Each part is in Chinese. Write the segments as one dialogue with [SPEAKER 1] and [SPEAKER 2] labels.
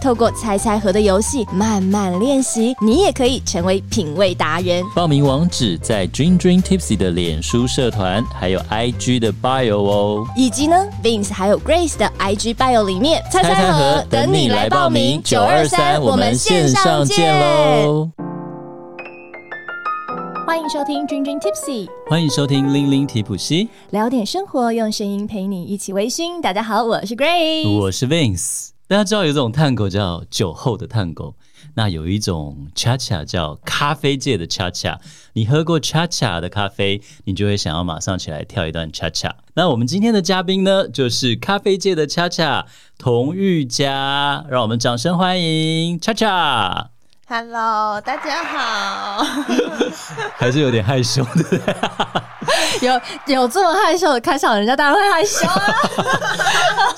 [SPEAKER 1] 透过猜猜盒的游戏慢慢练习，你也可以成为品味达人。
[SPEAKER 2] 报名网址在 Dream Dream Tipsy 的脸书社团，还有 IG 的 bio 哦。
[SPEAKER 1] 以及呢，Vince 还有 Grace 的 IG bio 里面，猜
[SPEAKER 2] 猜猜盒等你来报名，九二三我们线上见！喽！
[SPEAKER 1] 欢迎收听君君 Tipsy，
[SPEAKER 2] 欢迎收听零零提普西，
[SPEAKER 1] 聊点生活，用声音陪你一起微醺。大家好，我是 Grace。
[SPEAKER 2] 我是 Vince。大家知道有一种探狗叫酒后的探狗，那有一种恰恰叫咖啡界的恰恰。你喝过恰恰的咖啡，你就会想要马上起来跳一段恰恰。那我们今天的嘉宾呢，就是咖啡界的恰恰童玉佳，让我们掌声欢迎恰恰。
[SPEAKER 3] Hello，大家好。
[SPEAKER 2] 还是有点害羞的，
[SPEAKER 1] 有有这么害羞的开场，人家当然会害羞啊。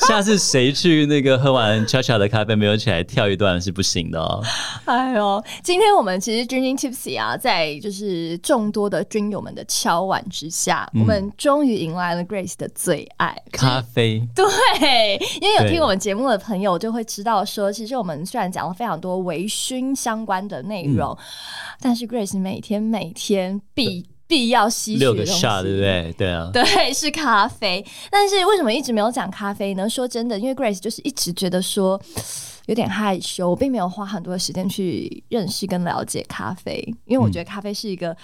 [SPEAKER 2] 下次谁去那个喝完恰恰的咖啡没有起来跳一段是不行的哦。
[SPEAKER 1] 哎呦，今天我们其实君君 Tipsy 啊，在就是众多的军友们的敲碗之下，我们终于迎来了 Grace 的最爱。
[SPEAKER 2] 咖啡，
[SPEAKER 1] 对，因为有
[SPEAKER 2] 对
[SPEAKER 1] 听我们节目的朋友就会知道说，其实我们虽然讲了非常多微醺相关的内容，
[SPEAKER 2] 嗯
[SPEAKER 1] 但是 Grace 每天每天必必要吸取
[SPEAKER 2] 六个
[SPEAKER 1] 的东
[SPEAKER 2] shot，
[SPEAKER 1] 西
[SPEAKER 2] 对不？对？对啊，
[SPEAKER 1] 对，是咖啡。但是为什么一直没有讲咖啡呢？说真的，因为 Grace 就是一直觉得说有点害羞，我并没有花很多的时间去认识跟了解咖啡，因为我觉得咖啡是一个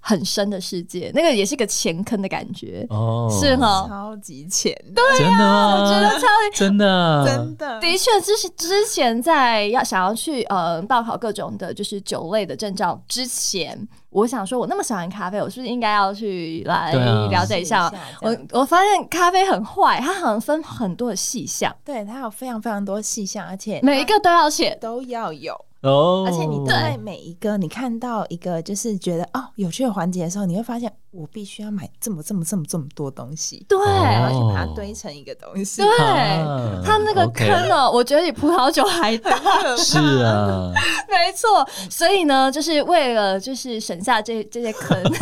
[SPEAKER 1] 很深的世界，那个也是个前坑的感觉，
[SPEAKER 2] 哦，嗯
[SPEAKER 1] 是哈。
[SPEAKER 3] 超级浅，
[SPEAKER 2] 真的吗？
[SPEAKER 1] 我觉得超
[SPEAKER 2] 真的，
[SPEAKER 3] 真的，
[SPEAKER 1] 的确，之前之前在要想要去呃报考各种的就是酒类的证照之前，我想说，我那么喜欢咖啡，我是不是应该要去来
[SPEAKER 2] 对啊
[SPEAKER 1] 了解一下？
[SPEAKER 3] 试一下这
[SPEAKER 1] 我
[SPEAKER 3] 样
[SPEAKER 1] 我发现咖啡很坏，它好像分很多的细项，
[SPEAKER 3] 对它有非常非常多细项，而且
[SPEAKER 1] 每一个都要写。
[SPEAKER 3] 都要有。
[SPEAKER 2] 哦，
[SPEAKER 3] 而且你对每一个你看到一个就是觉得哦有趣的环节的时候，你会发现我必须要买这么这么这么这么多东西，
[SPEAKER 1] 对、
[SPEAKER 3] 然
[SPEAKER 2] 哦
[SPEAKER 3] 后去把它堆成一个东西。
[SPEAKER 1] 对，
[SPEAKER 2] 啊
[SPEAKER 1] 它那个
[SPEAKER 2] OK
[SPEAKER 1] 坑哦、我觉得比葡萄酒还大。
[SPEAKER 2] 是啊，
[SPEAKER 1] 没错，所以呢，就是为了就是省下这这些坑，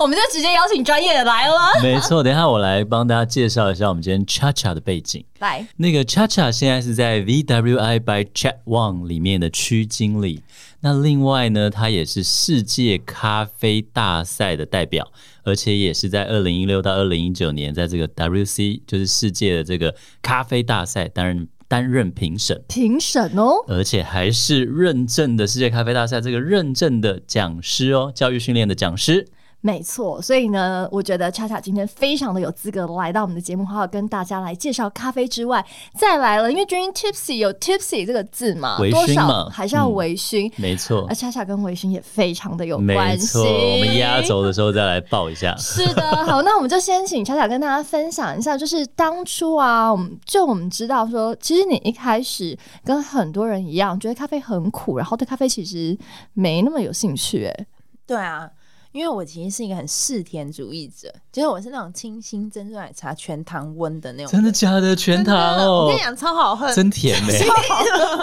[SPEAKER 1] 我们就直接邀请专业的来了。
[SPEAKER 2] 没错。等一下我来帮大家介绍一下我们今天 Cha Cha 的背景。
[SPEAKER 1] 来，
[SPEAKER 2] 那个 Cha Cha 现在是在 VWI by Chat One 里面的区经理。那另外呢，他也是世界咖啡大赛的代表，而且也是在二零一六到二零一九年，在这个 WC 就是世界的这个咖啡大赛担任担任评审。
[SPEAKER 1] 评审哦。
[SPEAKER 2] 而且还是认证的世界咖啡大赛这个认证的讲师哦，教育训练的讲师。
[SPEAKER 1] 没错，所以呢，我觉得恰恰今天非常的有资格来到我们的节目，好好跟大家来介绍咖啡之外，再来了，因为 Dream Tipsy 有 Tipsy 这个字嘛，
[SPEAKER 2] 微醺
[SPEAKER 1] 多少
[SPEAKER 2] 嘛
[SPEAKER 1] 还是要
[SPEAKER 2] 嗯
[SPEAKER 1] 微醺，
[SPEAKER 2] 没错
[SPEAKER 1] 而，恰恰跟微醺也非常的有
[SPEAKER 2] 没
[SPEAKER 1] 关系。
[SPEAKER 2] 错，我们压轴的时候再来报一下。
[SPEAKER 1] 是的，好，那我们就先请巧巧跟大家分享一下，就是当初啊，我们就我们知道说，其实你一开始跟很多人一样，觉得咖啡很苦，然后对咖啡其实没那么有兴趣、哎，
[SPEAKER 3] 对啊，因为我其实是一个很嗜甜主义者，就是我是那种清新珍珠奶茶全糖温的那种。
[SPEAKER 2] 真的假的？全糖
[SPEAKER 3] 我
[SPEAKER 2] 哦
[SPEAKER 3] 跟，你讲超好喝，
[SPEAKER 2] 真甜呢、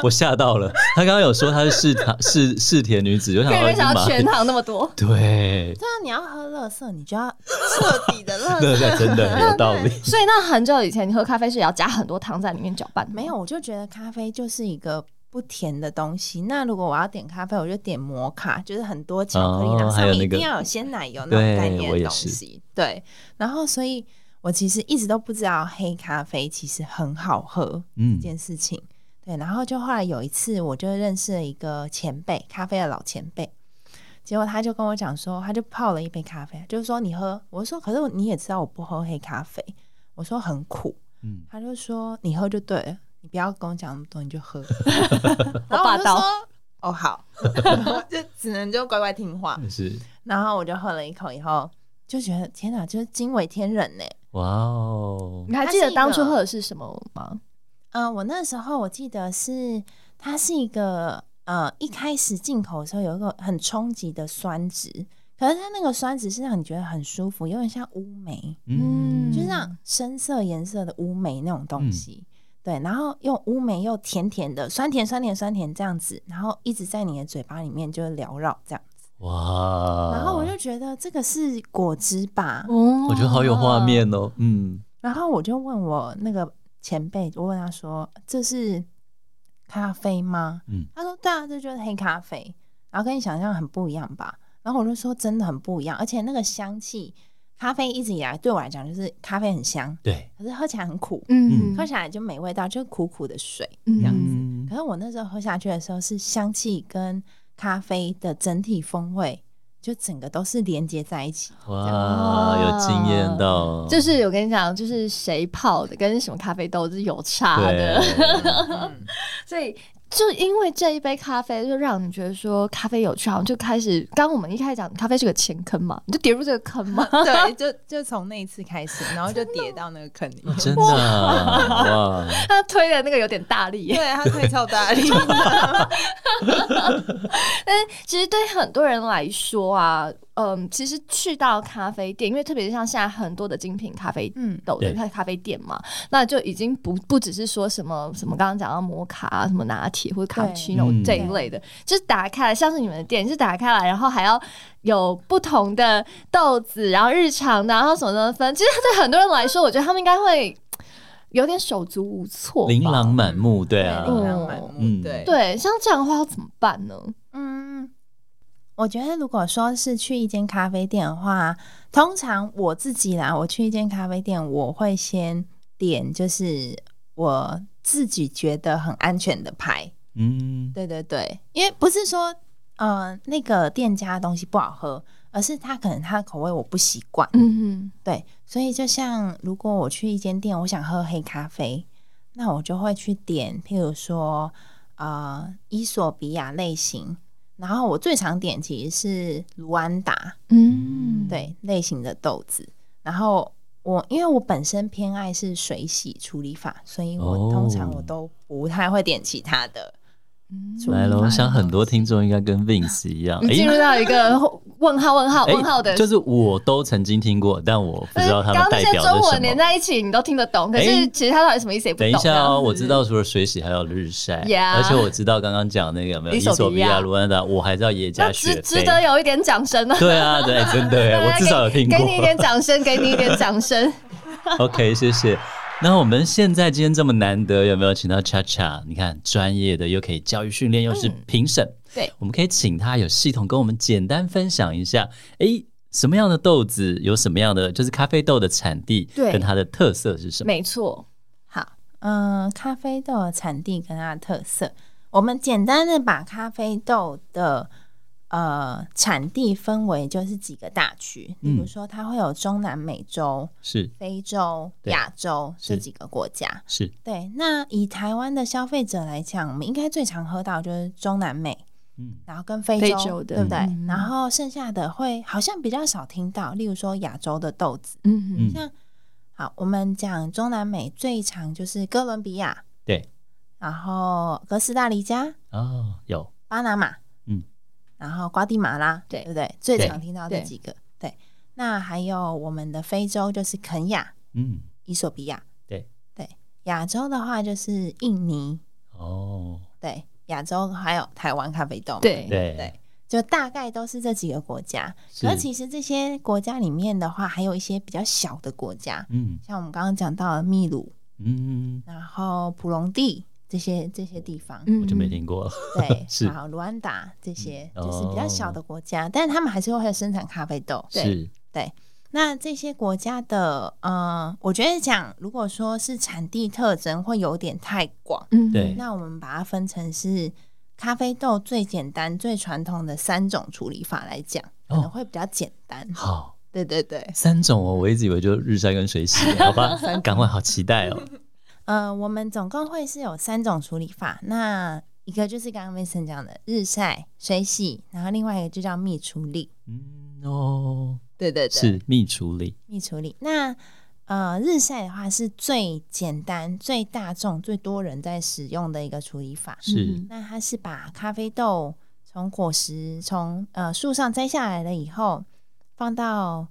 [SPEAKER 2] 我吓到了。他刚刚有说她是嗜糖嗜嗜甜女子，我想
[SPEAKER 1] 可以
[SPEAKER 2] 到
[SPEAKER 1] 没想到全
[SPEAKER 2] 妈，
[SPEAKER 1] 糖那么多。
[SPEAKER 2] 对，
[SPEAKER 3] 对啊，你要喝乐色，你就要彻底的乐
[SPEAKER 2] 对
[SPEAKER 3] 色。
[SPEAKER 2] 对，真的有道理。
[SPEAKER 1] 所以那很久以前，你喝咖啡是也要加很多糖在里面搅拌的，
[SPEAKER 3] 没有，？我就觉得咖啡就是一个不甜的东西。那如果我要点咖啡，我就点摩卡，就是很多巧克力，
[SPEAKER 2] 哦
[SPEAKER 3] 然后
[SPEAKER 2] 还
[SPEAKER 3] 上
[SPEAKER 2] 有
[SPEAKER 3] 面
[SPEAKER 2] 那
[SPEAKER 3] 一定
[SPEAKER 2] 个
[SPEAKER 3] 要有鲜奶油那
[SPEAKER 2] 对
[SPEAKER 3] 种概念
[SPEAKER 2] 我也
[SPEAKER 3] 的东西。对，然后所以我其实一直都不知道黑咖啡其实很好喝
[SPEAKER 2] 嗯
[SPEAKER 3] 这，件事情。对，然后就后来有一次，我就认识了一个前辈，咖啡的老前辈。结果他就跟我讲说，他就泡了一杯咖啡，就是说你喝，我说可是你也知道我不喝黑咖啡，我说很苦，
[SPEAKER 2] 嗯
[SPEAKER 3] 他就说：“你喝就对了，你不要跟我讲那么多，你 就喝。”
[SPEAKER 1] 好
[SPEAKER 3] 然后
[SPEAKER 1] 霸
[SPEAKER 3] 我就
[SPEAKER 1] 道
[SPEAKER 3] 说：“哦，好。”我就只能就乖乖听话。
[SPEAKER 1] 嗯
[SPEAKER 2] 是
[SPEAKER 3] 然后我就喝了一口以后，就觉得天哪，就是惊为天人呢。
[SPEAKER 2] 哇哦，
[SPEAKER 1] 你还记得当初喝的是什么吗？
[SPEAKER 3] 嗯、我那时候我记得是它是一个呃，一开始进口的时候有一个很冲击的酸值，可是它那个酸值是让你觉得很舒服，有点像乌梅，
[SPEAKER 1] 嗯
[SPEAKER 3] 就是那种深色颜色的乌梅那种东西。对，然后用乌梅又甜甜的，酸甜酸甜酸甜这样子，然后一直在你的嘴巴里面就是缭绕这样。
[SPEAKER 2] 哇，
[SPEAKER 3] 然后我就觉得这个是果汁吧，
[SPEAKER 1] 哦
[SPEAKER 2] 我觉得好有画面哦，嗯，
[SPEAKER 3] 然后我就问我那个前辈，我问他说：“这是咖啡吗？”
[SPEAKER 2] 嗯
[SPEAKER 3] 他说：“对啊，这就是黑咖啡。”然后跟你想象很不一样吧？然后我就说：“真的很不一样，而且那个香气，咖啡一直以来对我来讲就是咖啡很香，
[SPEAKER 2] 对，
[SPEAKER 3] 可是喝起来很苦，
[SPEAKER 1] 嗯
[SPEAKER 3] 喝起来就没味道，就是苦苦的水。
[SPEAKER 1] 嗯
[SPEAKER 3] 这样子
[SPEAKER 2] 嗯
[SPEAKER 3] 可是我那时候喝下去的时候，是香气跟咖啡的整体风味，就整个都是连接在一起。
[SPEAKER 2] 哇，有惊艳到，
[SPEAKER 1] 就是我跟你讲，就是谁泡的跟什么咖啡豆是有差
[SPEAKER 2] 对
[SPEAKER 1] 的，
[SPEAKER 3] 嗯
[SPEAKER 1] 所以就因为这一杯咖啡，就让你觉得说咖啡有趣，好像就开始。刚刚我们一开始讲咖啡是个前坑嘛，你就跌入这个坑 嘛。
[SPEAKER 3] 对，就就从那一次开始，然后就跌到那个坑里面。
[SPEAKER 2] 真的哇，
[SPEAKER 1] 他推的那个有点大力耶
[SPEAKER 3] 对，他推超大力。
[SPEAKER 1] 但其实对很多人来说啊，嗯，其实去到咖啡店，因为特别是像现在很多的精品咖啡
[SPEAKER 3] 嗯
[SPEAKER 1] 豆的
[SPEAKER 2] 对
[SPEAKER 1] 咖咖啡店嘛，那就已经不不只是说什么什么刚刚讲到摩卡啊、什么拿铁或者卡布奇诺
[SPEAKER 2] 嗯
[SPEAKER 1] 这一类的，就是打开来，像是你们的店是打开来，然后还要有不同的豆子，然后日常的，然后什么什么分。其实对很多人来说，我觉得他们应该会有点手足无措吧，
[SPEAKER 2] 琳琅满目，对啊，
[SPEAKER 1] 嗯
[SPEAKER 3] 琳琅满
[SPEAKER 2] 嗯
[SPEAKER 3] 目。对，
[SPEAKER 1] 对，像这样的话要怎么办呢？
[SPEAKER 3] 嗯，我觉得如果说是去一间咖啡店的话，通常我自己啦，我去一间咖啡店，我会先点就是我自己觉得很安全的牌。
[SPEAKER 2] 嗯，
[SPEAKER 3] 对对对，因为不是说呃那个店家的东西不好喝，而是他可能他的口味我不习惯。
[SPEAKER 1] 嗯
[SPEAKER 3] 对，所以就像如果我去一间店，我想喝黑咖啡，那我就会去点，譬如说呃伊索比亚类型，然后我最常点其实是卢安达
[SPEAKER 1] 哼嗯，
[SPEAKER 3] 对类型的豆子，然后。我因为我本身偏爱是水洗处理法，所以我通常
[SPEAKER 2] 哦
[SPEAKER 3] 我都不太会点其他的。
[SPEAKER 1] 嗯
[SPEAKER 3] 处理
[SPEAKER 2] 来了，我
[SPEAKER 3] 法
[SPEAKER 2] 想
[SPEAKER 3] 的
[SPEAKER 2] 很
[SPEAKER 3] 东
[SPEAKER 2] 多
[SPEAKER 3] 西
[SPEAKER 2] 听众应该跟 Vince 一样，
[SPEAKER 1] 你进入到一个问号、问号、
[SPEAKER 2] 哎
[SPEAKER 1] 问号的，
[SPEAKER 2] 就是我都曾经听过，但我不
[SPEAKER 1] 就是
[SPEAKER 2] 知道他
[SPEAKER 1] 刚呃刚那
[SPEAKER 2] 们代
[SPEAKER 1] 些
[SPEAKER 2] 表的
[SPEAKER 1] 中文
[SPEAKER 2] 什
[SPEAKER 1] 连
[SPEAKER 2] 么。
[SPEAKER 1] 在一起，你都听得懂，可是
[SPEAKER 2] 哎
[SPEAKER 1] 其实它到底什么意思也不
[SPEAKER 2] 等
[SPEAKER 1] 懂。啊
[SPEAKER 2] 一下
[SPEAKER 1] 这
[SPEAKER 2] 哦，
[SPEAKER 1] 样子
[SPEAKER 2] 我知。道除了水洗还有日晒
[SPEAKER 1] Yeah
[SPEAKER 2] 而且我知道刚刚讲那个有没有
[SPEAKER 1] 伊
[SPEAKER 2] 伊
[SPEAKER 1] 索
[SPEAKER 2] 索
[SPEAKER 1] 比
[SPEAKER 2] 比亚、
[SPEAKER 1] 亚
[SPEAKER 2] 卢安达，我还知道耶
[SPEAKER 1] 那
[SPEAKER 2] 加
[SPEAKER 1] 值
[SPEAKER 2] 雪
[SPEAKER 1] 啊值
[SPEAKER 2] 菲。
[SPEAKER 1] 得有一点掌声啊！
[SPEAKER 2] 对啊，对，真的，我至少有听过。
[SPEAKER 1] 给你一点掌声，给你一点掌声。
[SPEAKER 2] OK，谢谢。那我们现在今天这么难得，有没有请到 Cha Cha？你看，专业的又可以教育训练，又是
[SPEAKER 1] 嗯
[SPEAKER 2] 评审、
[SPEAKER 1] 对，
[SPEAKER 2] 我们可以请他有系统跟我们简单分享一下，诶，什么样的豆子有什么样的，就是咖啡豆的产地
[SPEAKER 1] 对
[SPEAKER 2] 跟它的特色是什么？
[SPEAKER 1] 没错，
[SPEAKER 3] 好，嗯、咖啡豆的产地跟它的特色，我们简单的把咖啡豆的呃产地分为就是几个大区，
[SPEAKER 2] 嗯
[SPEAKER 3] 比如说它会有中南美洲、
[SPEAKER 2] 是
[SPEAKER 3] 非洲、
[SPEAKER 2] 对
[SPEAKER 3] 亚洲
[SPEAKER 2] 是
[SPEAKER 3] 这几个国家。
[SPEAKER 2] 是，
[SPEAKER 3] 对，那以台湾的消费者来讲，我们应该最常喝到就是中南美。
[SPEAKER 2] 嗯，
[SPEAKER 3] 然后跟非
[SPEAKER 1] 非
[SPEAKER 3] 洲，
[SPEAKER 1] 洲的
[SPEAKER 3] 对不对？
[SPEAKER 1] 嗯
[SPEAKER 3] 然后剩下的会好像比较少听到，例如说亚洲的豆子，
[SPEAKER 1] 嗯
[SPEAKER 2] 嗯
[SPEAKER 3] 像好，我们讲中南美最常就是哥伦比亚，
[SPEAKER 2] 对，
[SPEAKER 3] 然后哥斯达黎加、
[SPEAKER 2] 哦，有，
[SPEAKER 3] 巴拿马，
[SPEAKER 2] 嗯，
[SPEAKER 3] 然后瓜地马拉，
[SPEAKER 1] 对
[SPEAKER 3] 对不对？最
[SPEAKER 2] 对
[SPEAKER 3] 常听到
[SPEAKER 1] 对
[SPEAKER 3] 这几个，对。那还有我们的非洲就是肯亚、
[SPEAKER 2] 嗯，
[SPEAKER 3] 伊索比亚，
[SPEAKER 2] 对
[SPEAKER 3] 对。亚洲的话就是印尼，
[SPEAKER 2] 哦，
[SPEAKER 3] 对。亚洲还有台湾咖啡豆，
[SPEAKER 1] 对
[SPEAKER 2] 对
[SPEAKER 3] 对，就大概都是这几个国家。
[SPEAKER 2] 是
[SPEAKER 3] 而其实这些国家里面的话，还有一些比较小的国家，
[SPEAKER 2] 嗯
[SPEAKER 3] 像我们刚刚讲到的秘鲁，
[SPEAKER 2] 嗯，
[SPEAKER 3] 然后普隆地这些这些地方，
[SPEAKER 1] 嗯
[SPEAKER 2] 我就没听过了，
[SPEAKER 3] 对，
[SPEAKER 2] 是
[SPEAKER 3] 然后卢安达这些
[SPEAKER 2] 嗯
[SPEAKER 3] 就是比较小的国家，但他们还是会生产咖啡豆。对，
[SPEAKER 2] 是，
[SPEAKER 3] 那这些国家的，呃，我觉得讲如果说是产地特征会有点太广，
[SPEAKER 1] 嗯
[SPEAKER 2] 对
[SPEAKER 3] 那我们把它分成是咖啡豆最简单、最传统的三种处理法来讲，可能
[SPEAKER 2] 哦
[SPEAKER 3] 会比较简单。
[SPEAKER 2] 好。
[SPEAKER 3] 对对对，
[SPEAKER 2] 三种哦，我一直以为就日晒 跟水洗，好吧，赶快，好期待哦。
[SPEAKER 3] 呃，我们总共会是有三种处理法，那一个就是刚刚 Vincent 讲的日晒、水洗，然后另外一个就叫蜜处理。
[SPEAKER 2] 嗯哦，
[SPEAKER 3] 对对对，
[SPEAKER 2] 是蜜处理，
[SPEAKER 3] 蜜处理。那呃，日晒的话是最简单、最大众、最多人在使用的一个处理法。
[SPEAKER 2] 是，
[SPEAKER 3] 那它是把咖啡豆从果实从呃树上摘下来了以后，放到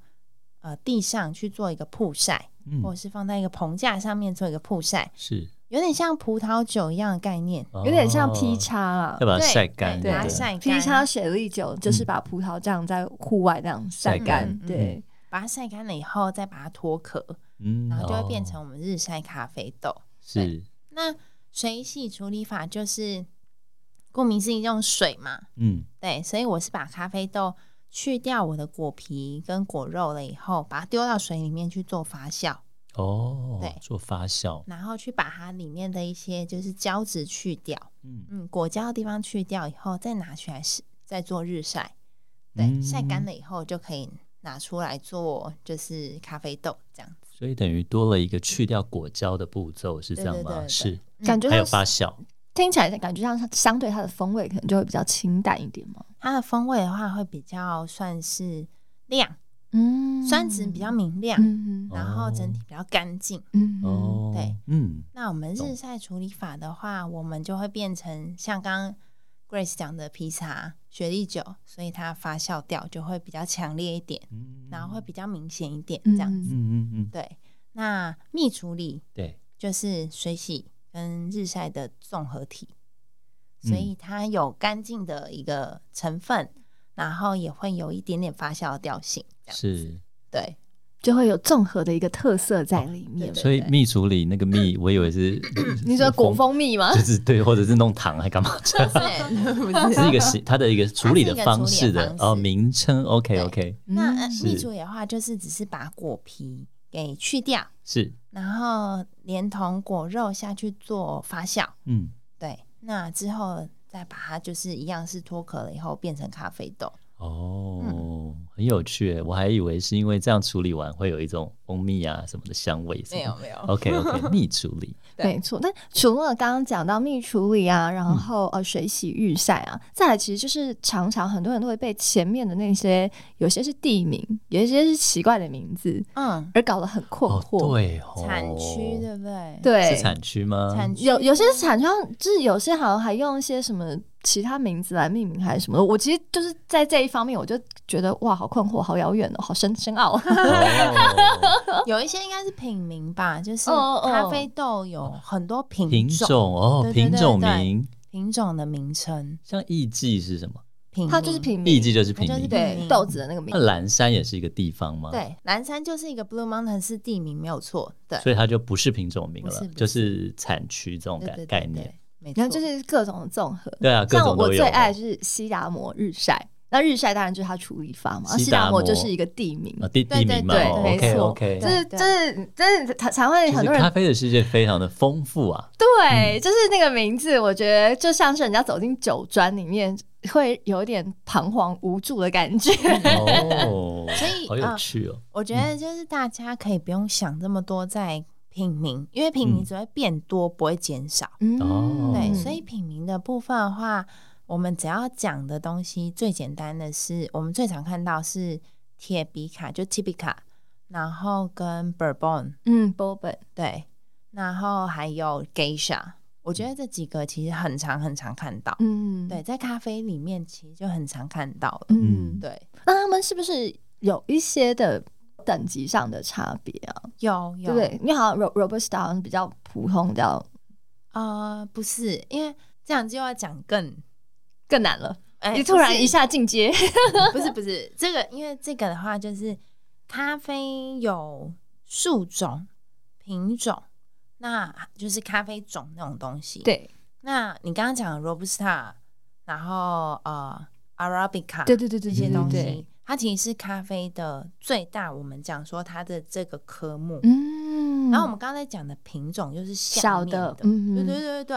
[SPEAKER 3] 呃地上去做一个曝晒，
[SPEAKER 2] 嗯
[SPEAKER 3] 或，者是放在一个棚架上面做一个曝晒，
[SPEAKER 2] 是，
[SPEAKER 3] 有点像葡萄酒一样的概念。
[SPEAKER 2] 有
[SPEAKER 1] 有点
[SPEAKER 2] 哦
[SPEAKER 1] 像劈叉啦
[SPEAKER 2] 要。把它
[SPEAKER 3] 对
[SPEAKER 2] 晒干，
[SPEAKER 3] 对，
[SPEAKER 1] 对
[SPEAKER 3] 把它
[SPEAKER 2] 不
[SPEAKER 3] 晒
[SPEAKER 1] 劈
[SPEAKER 3] 干，
[SPEAKER 1] 叉雪莉酒
[SPEAKER 2] 嗯
[SPEAKER 1] 就是把葡萄酱在户外那样晒干
[SPEAKER 3] 晒干，
[SPEAKER 1] 对，
[SPEAKER 3] 把它晒干了以后，再把它脱壳，
[SPEAKER 2] 嗯，
[SPEAKER 3] 然后就会变
[SPEAKER 2] 哦
[SPEAKER 3] 成我们日晒咖啡豆。
[SPEAKER 2] 是，
[SPEAKER 3] 那水洗处理法就是，顾名思义用水嘛，
[SPEAKER 2] 嗯，
[SPEAKER 3] 对，所以我是把咖啡豆去掉我的果皮跟果肉了以后，把它丢到水里面去做发酵，
[SPEAKER 2] 哦，
[SPEAKER 3] 对
[SPEAKER 2] 做发酵，
[SPEAKER 3] 然后去把它里面的一些就是胶质去掉，
[SPEAKER 2] 嗯，
[SPEAKER 3] 嗯，果胶的地方去掉以后，再拿起来是再做日晒，对，
[SPEAKER 2] 嗯
[SPEAKER 3] 晒干了以后就可以拿出来做就是咖啡豆这样子，
[SPEAKER 2] 所以等于多了一个去掉果胶的步骤，是这
[SPEAKER 3] 对
[SPEAKER 2] 样
[SPEAKER 3] 对对
[SPEAKER 2] 吗？
[SPEAKER 3] 对
[SPEAKER 2] 是，
[SPEAKER 3] 嗯
[SPEAKER 1] 感觉
[SPEAKER 2] 还有
[SPEAKER 1] 它
[SPEAKER 2] 发酵，
[SPEAKER 1] 听起来感觉上相对它的风味可能就会比较清淡一点嘛。
[SPEAKER 3] 它的风味的话会比较算是亮，
[SPEAKER 1] 嗯
[SPEAKER 3] 酸质比较明亮，
[SPEAKER 1] 嗯哼
[SPEAKER 2] 哦
[SPEAKER 3] 然后整体比较干净。
[SPEAKER 1] 嗯哼
[SPEAKER 2] 哦，
[SPEAKER 3] 对，
[SPEAKER 2] 嗯，
[SPEAKER 3] 那我们
[SPEAKER 2] 懂
[SPEAKER 3] 日晒处理法的话，我们就会变成像刚刚 Grace 讲的披萨、雪莉酒，所以它发酵掉就会比较强烈一点，
[SPEAKER 2] 嗯
[SPEAKER 3] 然后会，比较明显一点，
[SPEAKER 1] 嗯
[SPEAKER 3] 这样子。
[SPEAKER 2] 嗯嗯嗯，
[SPEAKER 3] 对，那蜜处理
[SPEAKER 2] 对，
[SPEAKER 3] 就是水洗跟日晒的综合体，所
[SPEAKER 2] 嗯
[SPEAKER 3] 以它有干净的一个成分，然后也会有一点点发酵的调性，这样
[SPEAKER 2] 是，
[SPEAKER 3] 对。。
[SPEAKER 1] 就会有综合的一个特色
[SPEAKER 2] 哦
[SPEAKER 1] 在里面。，
[SPEAKER 2] 所以蜜处理那个蜜，我以为是
[SPEAKER 1] 你说果，蜂蜜吗
[SPEAKER 2] 就？是对，或者是弄糖还干嘛这样
[SPEAKER 3] 对
[SPEAKER 2] 只是一个形它的一个处理的方式
[SPEAKER 3] 它是
[SPEAKER 2] 的
[SPEAKER 3] 一个处理的方式
[SPEAKER 2] 哦，名称 OK
[SPEAKER 3] 对
[SPEAKER 2] OK
[SPEAKER 3] 那呃
[SPEAKER 1] 嗯
[SPEAKER 2] 是
[SPEAKER 3] 蜜处理的话，就是只是把果皮给去掉，
[SPEAKER 2] 是
[SPEAKER 3] 然后连同果肉下去做发酵，
[SPEAKER 2] 嗯
[SPEAKER 3] 对，那之后再把它就是一样是脱壳了以后变成咖啡豆，
[SPEAKER 2] 哦，很有趣耶，我还以为是因为这样处理完会有一种蜂蜜啊什么的香味什么的，
[SPEAKER 3] 没有
[SPEAKER 2] OK OK 蜜处理
[SPEAKER 3] 对
[SPEAKER 1] 没错，那除了刚刚讲到蜜处理啊，然后呃水洗日晒啊，再来其实就是常常很多人都会被前面的那些有些是地名，有一些是奇怪的名字，
[SPEAKER 3] 嗯，
[SPEAKER 1] 而搞得很困
[SPEAKER 2] 哦
[SPEAKER 1] 惑。
[SPEAKER 2] 对哦，
[SPEAKER 3] 产区对不对？，
[SPEAKER 1] 对
[SPEAKER 2] 是产区吗？
[SPEAKER 3] 产区
[SPEAKER 1] 有有些产像就是有些好像还用一些什么其他名字来命名还是什么的，我其实就是在这一方面我就觉得哇，好困惑，好遥远哦，好深深 奥。
[SPEAKER 2] 哦
[SPEAKER 3] 有一些应该是品名吧，就是
[SPEAKER 1] 哦哦哦
[SPEAKER 3] 咖啡豆有很多品
[SPEAKER 2] 品
[SPEAKER 3] 种
[SPEAKER 2] 种哦，
[SPEAKER 3] 对对
[SPEAKER 2] 品
[SPEAKER 3] 对
[SPEAKER 2] 种
[SPEAKER 3] 对
[SPEAKER 2] 名
[SPEAKER 3] 品种的名称，
[SPEAKER 2] 像艺妓是什么？
[SPEAKER 3] 品
[SPEAKER 1] 它就是
[SPEAKER 3] 名
[SPEAKER 1] 品
[SPEAKER 2] 艺
[SPEAKER 1] 名，
[SPEAKER 2] 妓就是品嗯
[SPEAKER 3] 它就是
[SPEAKER 2] 名。
[SPEAKER 3] 品
[SPEAKER 1] 对
[SPEAKER 3] 名
[SPEAKER 1] 豆子的那个名
[SPEAKER 2] 那。蓝山也是一个地方吗？，
[SPEAKER 3] 对，蓝山就是一个 Blue Mountain 是地名没有错，对，
[SPEAKER 2] 所以它就不是品种名
[SPEAKER 3] 不是
[SPEAKER 2] 了
[SPEAKER 3] 不，是
[SPEAKER 2] 就是产区这种
[SPEAKER 3] 对
[SPEAKER 2] 概
[SPEAKER 3] 对对
[SPEAKER 2] 概
[SPEAKER 3] 对
[SPEAKER 2] 念。
[SPEAKER 3] 对没
[SPEAKER 1] 然
[SPEAKER 3] 错，
[SPEAKER 1] 后就是各种的综合，
[SPEAKER 2] 对啊，各
[SPEAKER 1] 像
[SPEAKER 2] 种
[SPEAKER 1] 我
[SPEAKER 2] 都有。
[SPEAKER 1] 最爱的是西达摩日晒，那日晒当然就是它处理法嘛，啊
[SPEAKER 2] 西
[SPEAKER 1] 西
[SPEAKER 2] 达
[SPEAKER 1] 达
[SPEAKER 2] 摩
[SPEAKER 1] 摩就是一个地名，
[SPEAKER 2] 啊地地
[SPEAKER 3] 对对
[SPEAKER 2] 名嘛
[SPEAKER 1] 对
[SPEAKER 2] 哦
[SPEAKER 1] 对
[SPEAKER 2] ，OK
[SPEAKER 1] 没错
[SPEAKER 2] OK。
[SPEAKER 1] 就
[SPEAKER 3] 对
[SPEAKER 1] 是就是就是才才会
[SPEAKER 2] 其
[SPEAKER 1] 很
[SPEAKER 2] 实
[SPEAKER 1] 多
[SPEAKER 2] 咖
[SPEAKER 1] 人
[SPEAKER 2] 啡的世界非常的丰富啊，
[SPEAKER 1] 对，就是那个名字，我觉得就像是人家走进酒庄里面会有点彷徨无助的感觉，
[SPEAKER 2] 哦，
[SPEAKER 3] 所以
[SPEAKER 2] 好
[SPEAKER 3] 啊
[SPEAKER 2] 有趣哦，
[SPEAKER 3] 我觉得就是大家可以不用想这么多在品名，因为品名只会变多，不会减少。
[SPEAKER 1] 嗯
[SPEAKER 2] 哦
[SPEAKER 3] 对，所以品名的部分的话，我们只要讲的东西最简单的是，我们最常看到是铁比卡，就 Tibica，然后跟 Bourbon，
[SPEAKER 1] 嗯，Bourbon
[SPEAKER 3] 对，然后还有 Geisha。我觉得这几个其实很常很常看到，
[SPEAKER 1] 嗯
[SPEAKER 3] 对，在咖啡里面其实就很常看到了。
[SPEAKER 1] 嗯，
[SPEAKER 3] 对，
[SPEAKER 1] 那他们是不是有一些的等级上的差别啊？
[SPEAKER 3] 有
[SPEAKER 1] 对
[SPEAKER 3] 有
[SPEAKER 1] 不对？因为好像 Ro- Robusta 好像比较普通，比较
[SPEAKER 3] 呃，不是，因为这样就要讲更
[SPEAKER 1] 更难了。
[SPEAKER 3] 哎
[SPEAKER 1] 你突然一
[SPEAKER 3] 下。
[SPEAKER 1] 下进 阶，
[SPEAKER 3] 不是不是，这个因为这个的话，就是咖啡有树种、品种，那就是咖啡种那种东西。，
[SPEAKER 1] 对
[SPEAKER 3] 那你刚刚讲的 robusta，然后呃 arabica，
[SPEAKER 1] 对对对对，
[SPEAKER 3] 这些
[SPEAKER 1] 对
[SPEAKER 3] 东西，
[SPEAKER 1] 啊嗯对
[SPEAKER 3] 它其实是咖啡的最大。我们讲说它的这个科目，
[SPEAKER 1] 嗯，
[SPEAKER 3] 然后我们刚才讲的品种就是下
[SPEAKER 1] 小
[SPEAKER 3] 面
[SPEAKER 1] 的
[SPEAKER 3] 的，，
[SPEAKER 1] 嗯，
[SPEAKER 3] 对对对对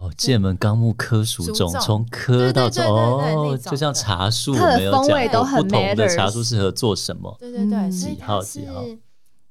[SPEAKER 2] 哦，界门纲目科属
[SPEAKER 3] 属
[SPEAKER 2] 种，
[SPEAKER 3] 种
[SPEAKER 2] 从科
[SPEAKER 3] 对对
[SPEAKER 2] 到
[SPEAKER 3] 对
[SPEAKER 2] 种，
[SPEAKER 3] 对对
[SPEAKER 2] 哦
[SPEAKER 3] 那，种
[SPEAKER 2] 就像
[SPEAKER 3] 的
[SPEAKER 2] 茶树，
[SPEAKER 1] 它的
[SPEAKER 2] 我们有
[SPEAKER 1] 风
[SPEAKER 2] 讲
[SPEAKER 1] 味都
[SPEAKER 2] 过
[SPEAKER 1] 很
[SPEAKER 2] 不同的
[SPEAKER 1] matters
[SPEAKER 2] 茶树适合做什么？
[SPEAKER 3] 对对对，
[SPEAKER 1] 嗯
[SPEAKER 3] 所以
[SPEAKER 2] 几
[SPEAKER 3] 它
[SPEAKER 2] 号几号
[SPEAKER 3] 是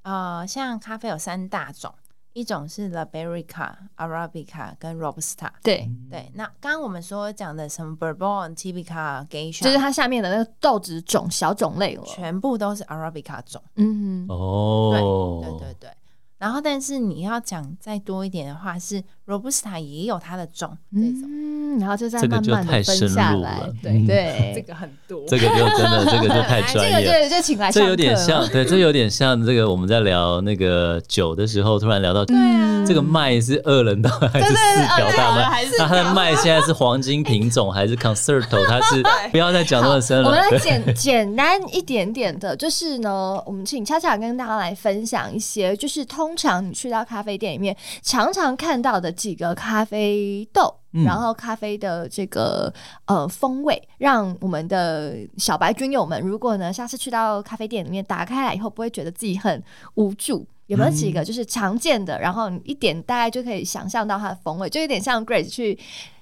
[SPEAKER 3] 呃，像咖啡有三大种，一种是 Liberica、Arabica 跟 Robusta。
[SPEAKER 1] 对，
[SPEAKER 3] 对，那刚刚我们说讲的什么 Bourbon、Tibica、Geisha，
[SPEAKER 1] 就是它下面的那个豆子种小种类了。
[SPEAKER 3] 全部都是 Arabica 种。
[SPEAKER 1] 嗯哼，
[SPEAKER 2] 哦，
[SPEAKER 3] 对对对。然后，但是你要讲再多一点的话，是 Robusta 也有它的种这种，
[SPEAKER 1] 嗯，然后就再
[SPEAKER 2] 这个
[SPEAKER 1] 慢
[SPEAKER 2] 就
[SPEAKER 1] 慢
[SPEAKER 2] 太
[SPEAKER 1] 的
[SPEAKER 2] 深
[SPEAKER 1] 分下
[SPEAKER 2] 入
[SPEAKER 1] 来
[SPEAKER 2] 了。
[SPEAKER 1] 对
[SPEAKER 2] 嗯
[SPEAKER 1] 对，
[SPEAKER 3] 这个很多。
[SPEAKER 2] 这个就真的，这个就太专
[SPEAKER 3] 嗯
[SPEAKER 1] 这个
[SPEAKER 2] 业
[SPEAKER 1] 对，
[SPEAKER 2] 了。
[SPEAKER 1] 就请来上
[SPEAKER 2] 这
[SPEAKER 1] 课
[SPEAKER 2] 有点像，对，这有点像这个我们在聊那个酒的时候，突然聊到
[SPEAKER 1] 啊
[SPEAKER 2] 这个麦是二人道还是四条大麦？那它的麦现在是黄金品种还是 Concerto？它是不要再讲那么深
[SPEAKER 1] 我
[SPEAKER 2] 了
[SPEAKER 1] 们。来
[SPEAKER 2] 对
[SPEAKER 1] 简简单一点点的，就是呢，我们请恰恰跟大家来分享一些，就是通常你去到咖啡店里面常常看到的几个咖啡豆，
[SPEAKER 2] 嗯
[SPEAKER 1] 然后咖啡的这个呃风味，让我们的小白军友们，如果呢下次去到咖啡店里面打开来以后，不会觉得自己很无助。有没有几个就是常见的，然后你一点大概就可以想象到它的风味，就有点像 Grace 去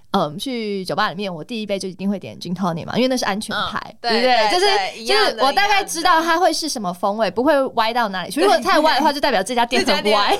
[SPEAKER 1] 嗯，去酒吧里面，我第一杯就一定会点 gin tonic 嘛，因为那是安全牌，对
[SPEAKER 3] 嗯
[SPEAKER 1] 不
[SPEAKER 3] 对对
[SPEAKER 1] 就是
[SPEAKER 3] 对
[SPEAKER 1] 就
[SPEAKER 3] 一样
[SPEAKER 1] 是
[SPEAKER 3] 的
[SPEAKER 1] 我大概知道它会是什么风味，不会歪到哪里 去。如果太歪的话，就代表这家店很 歪。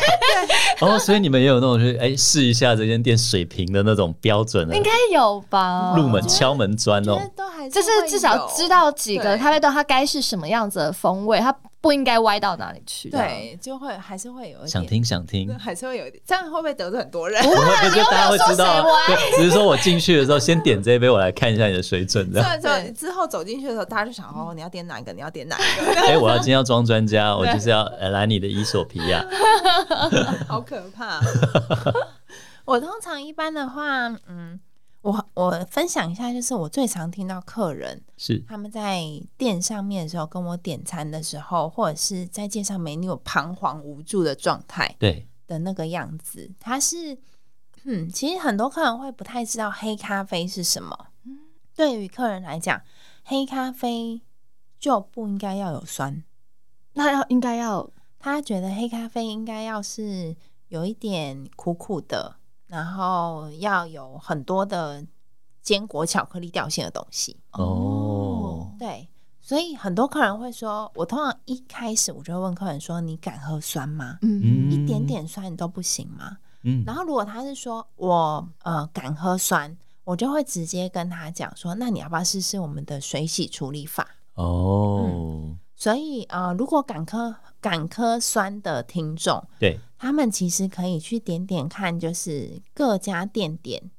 [SPEAKER 2] 哦，所以你们也有那种就是哎试一下这间店水平的那种标准的
[SPEAKER 1] 应该有吧？
[SPEAKER 2] 入门敲门砖
[SPEAKER 3] 我
[SPEAKER 2] 哦
[SPEAKER 3] 觉得。都还是
[SPEAKER 1] 就是至少知道几个
[SPEAKER 3] 对
[SPEAKER 1] 咖啡豆它该是什么样子的风味，它不应该歪到哪里去。
[SPEAKER 3] 会有，对，就会还是会有一点
[SPEAKER 2] 想，听想听，
[SPEAKER 3] 还是会有一点，这样会不会得罪 很多人？
[SPEAKER 2] 不会，就大家会知道啊
[SPEAKER 1] 你又没有说，
[SPEAKER 2] 对，只是说我进去的时候先点这一杯，我来看一下你的水准，这样。
[SPEAKER 3] 对
[SPEAKER 1] 对
[SPEAKER 3] 对，之后走进去的时候，大家就想哦，你要点哪个？你要点哪个？
[SPEAKER 2] 哎、我要今天要装专家，我就是要呃来你的伊索皮亚。
[SPEAKER 3] 好可怕！ 我通常一般的话，嗯，我我分享一下，就是我最常听到客人
[SPEAKER 2] 是
[SPEAKER 3] 他们在店上面的时候，跟我点餐的时候，或者是在介绍 menu 彷徨无助的状态
[SPEAKER 2] 对，
[SPEAKER 3] 的那个样子，他是，嗯，其实很多客人会不太知道黑咖啡是什么。对于客人来讲，黑咖啡就不应该要有酸，
[SPEAKER 1] 那要应该要
[SPEAKER 3] 他觉得黑咖啡应该要是有一点苦苦的，然后要有很多的坚果、巧克力调性的东西。
[SPEAKER 2] 哦，
[SPEAKER 3] 对，所以很多客人会说，我通常一开始我就会问客人说：“你敢喝酸吗？
[SPEAKER 1] 嗯，
[SPEAKER 3] 一点，点酸你都不行吗？”
[SPEAKER 2] 嗯
[SPEAKER 3] 然后如果他是说我呃敢喝酸，我就会直接跟他讲说：“那你要不要试试我们的水洗处理法？”
[SPEAKER 1] 嗯
[SPEAKER 2] 哦，
[SPEAKER 3] 所以呃，如果敢喝敢喝酸的听众，
[SPEAKER 2] 对，
[SPEAKER 3] 他们其实可以去点点看，就是各家店点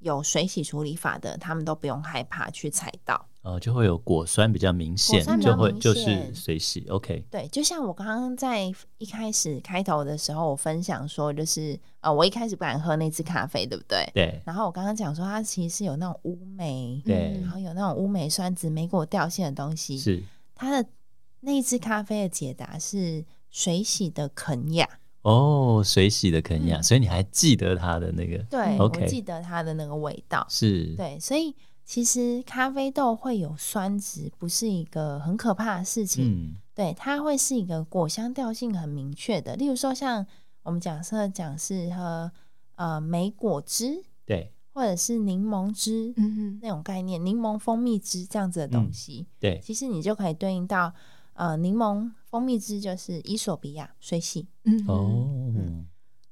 [SPEAKER 3] 有水洗处理法的，他们都不用害怕去踩到。
[SPEAKER 2] 呃，就会有果酸比较明显
[SPEAKER 3] 果，酸
[SPEAKER 1] 比较
[SPEAKER 2] 就会
[SPEAKER 3] 明
[SPEAKER 2] 就是
[SPEAKER 3] 显
[SPEAKER 2] 水洗，OK，
[SPEAKER 3] 对，就像我刚刚在一开始开头的时候，我分享说，就是呃，我一开始不敢喝那支咖啡，对不对？
[SPEAKER 2] 对
[SPEAKER 3] 然后我刚刚讲说，它其实是有那种乌梅，
[SPEAKER 2] 对
[SPEAKER 3] 然，后有那种乌梅酸紫莓果调性的东
[SPEAKER 1] 嗯
[SPEAKER 3] 西。
[SPEAKER 2] 是
[SPEAKER 3] 它的那一支咖啡的解答是水洗的肯亚。
[SPEAKER 2] 哦，水洗的肯亚，
[SPEAKER 3] 嗯
[SPEAKER 2] 所以你还记得它的那个
[SPEAKER 3] 对，
[SPEAKER 2] OK
[SPEAKER 3] 嗯我记得它的那个味道。
[SPEAKER 2] 是，
[SPEAKER 3] 对，所以其实咖啡豆会有酸值，不是一个很可怕的事情。
[SPEAKER 2] 嗯，
[SPEAKER 3] 对，它会是一个果香调性很明确的。例如说，像我们假设讲是喝呃莓果汁
[SPEAKER 2] 对
[SPEAKER 3] 或者是柠檬汁、
[SPEAKER 1] 嗯
[SPEAKER 3] 那种概念，柠檬蜂蜜汁这样子的东西，
[SPEAKER 2] 对，
[SPEAKER 3] 其实你就可以对应到呃柠檬蜂蜜汁就是伊索比亚水洗。
[SPEAKER 1] 嗯，
[SPEAKER 2] 哦，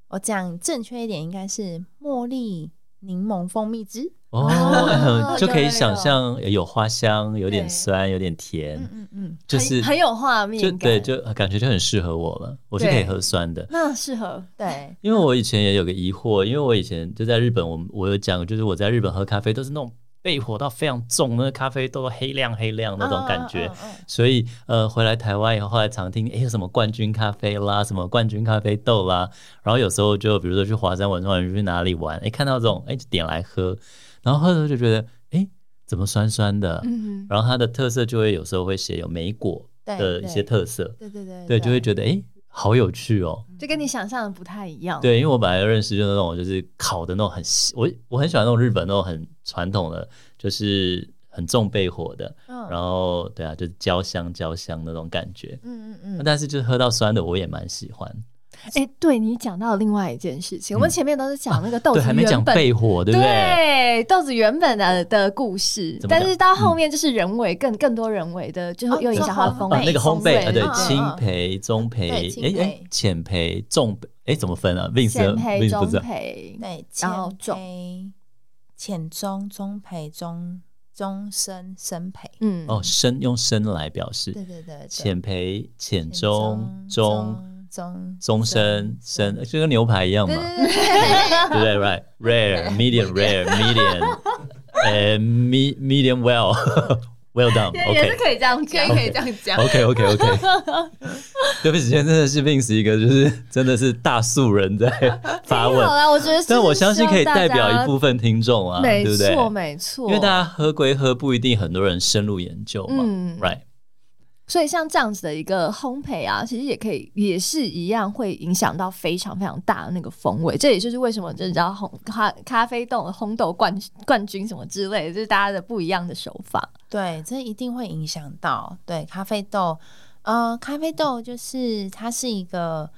[SPEAKER 3] 我讲正确一点，应该是茉莉柠檬蜂蜜汁。
[SPEAKER 2] 哦，很 就可以
[SPEAKER 1] 有
[SPEAKER 2] 想
[SPEAKER 1] 有
[SPEAKER 2] 象有花香，有点
[SPEAKER 1] 对
[SPEAKER 2] 酸，有点甜，
[SPEAKER 3] 嗯嗯，
[SPEAKER 2] 就是
[SPEAKER 1] 很很有画面
[SPEAKER 2] 就
[SPEAKER 1] 感，
[SPEAKER 2] 对，就感觉就很适合我了，我是
[SPEAKER 1] 对
[SPEAKER 2] 可以喝酸的。
[SPEAKER 1] 那适合
[SPEAKER 3] 对，
[SPEAKER 2] 因为我以前也有个疑惑，因为我以前就在日本，我我有讲，就是我在日本喝咖啡都是那种焙火到非常重，那个咖啡豆黑亮黑亮那种感觉。
[SPEAKER 3] 嗯嗯嗯嗯
[SPEAKER 2] 所以，呃，回来台湾以后，后来常听，哎，有什么冠军咖啡啦，什么冠军咖啡豆啦，然后有时候就比如说去华山文创园区去哪里玩，哎，看到这种，哎，就点来喝，然后喝的时候就觉得，哎，怎么酸酸的？
[SPEAKER 1] 嗯
[SPEAKER 2] 然后它的特色就会有时候会写有莓果
[SPEAKER 3] 嗯
[SPEAKER 2] 的
[SPEAKER 3] 对
[SPEAKER 2] 一些
[SPEAKER 3] 对
[SPEAKER 2] 特色，
[SPEAKER 3] 对对对
[SPEAKER 2] 对，就会觉得，哎，好有趣哦。
[SPEAKER 1] 哼，就跟你想象的不太一样，
[SPEAKER 2] 对，因为我本来认识就是那种就是烤的那种很细，我我很喜欢那种日本那种很传统的，就是很重焙火的，
[SPEAKER 3] 嗯
[SPEAKER 2] 然后对啊，就是焦香焦香那种感觉。
[SPEAKER 3] 嗯嗯嗯，
[SPEAKER 2] 但是就是喝到酸的我也蛮喜欢，
[SPEAKER 1] 哎，对你讲到另外一件事情，我们前面都是讲那个豆子
[SPEAKER 2] 嗯对，还没讲
[SPEAKER 1] 原本
[SPEAKER 2] 焙火，对不对？
[SPEAKER 1] 对豆子原本的的故事
[SPEAKER 2] 怎，么讲嗯
[SPEAKER 1] 但是到后面就是人为更更多人为的，最后
[SPEAKER 3] 哦
[SPEAKER 1] 又影响到
[SPEAKER 3] 做烘
[SPEAKER 1] 风
[SPEAKER 3] 焙
[SPEAKER 2] 啊，那个烘焙啊，对
[SPEAKER 3] 嗯，嗯
[SPEAKER 2] 轻焙、中
[SPEAKER 3] 对
[SPEAKER 2] 焙，
[SPEAKER 3] 轻
[SPEAKER 2] 哎哎
[SPEAKER 3] 焙，
[SPEAKER 2] 浅焙、重焙，哎，怎么分啊？Vince
[SPEAKER 1] 浅焙、
[SPEAKER 2] Vince
[SPEAKER 1] 中
[SPEAKER 2] 不知道，
[SPEAKER 1] 焙，
[SPEAKER 3] 对，
[SPEAKER 1] 然后
[SPEAKER 3] 浅焙、浅中、中培、中中深、深培。
[SPEAKER 1] 嗯，
[SPEAKER 2] 哦，深用深来表示，
[SPEAKER 3] 对对对对，
[SPEAKER 2] 浅培、浅
[SPEAKER 3] 浅
[SPEAKER 2] 中、中、
[SPEAKER 3] 中中
[SPEAKER 2] 中深、深，就跟牛排一样嘛
[SPEAKER 3] 对，对
[SPEAKER 2] 对
[SPEAKER 3] 对
[SPEAKER 2] 不对？Right, rare, medium, rare, medium，呃，me medium well, well done.
[SPEAKER 1] 也
[SPEAKER 2] OK，
[SPEAKER 1] 也是可以这样
[SPEAKER 4] 可
[SPEAKER 1] 讲
[SPEAKER 4] 以，可以这样讲。
[SPEAKER 2] OK OK OK，对不起，今天真的是 Vince 一个就是真的是大素人在发
[SPEAKER 1] 好
[SPEAKER 2] 问，
[SPEAKER 1] 啦，我觉得是，
[SPEAKER 2] 但我相信可以代表一部
[SPEAKER 1] 分，
[SPEAKER 2] 分听众啊，对
[SPEAKER 1] 没
[SPEAKER 2] 不对？
[SPEAKER 1] 错没错，
[SPEAKER 2] 因为大家喝归喝，不一定很多人深入研究嘛、
[SPEAKER 1] 嗯
[SPEAKER 2] r i g h t
[SPEAKER 1] 所以像这样子的一个烘焙啊，其实也可以，也是一样会影响到非常非常大的那个风味。这也就是为什么，就是你知道烘咖咖啡豆烘豆冠冠军什么之类的，就是大家的不一样的手法。
[SPEAKER 3] 对，这一定会影响到对咖啡豆。呃，咖啡豆就是它是一个，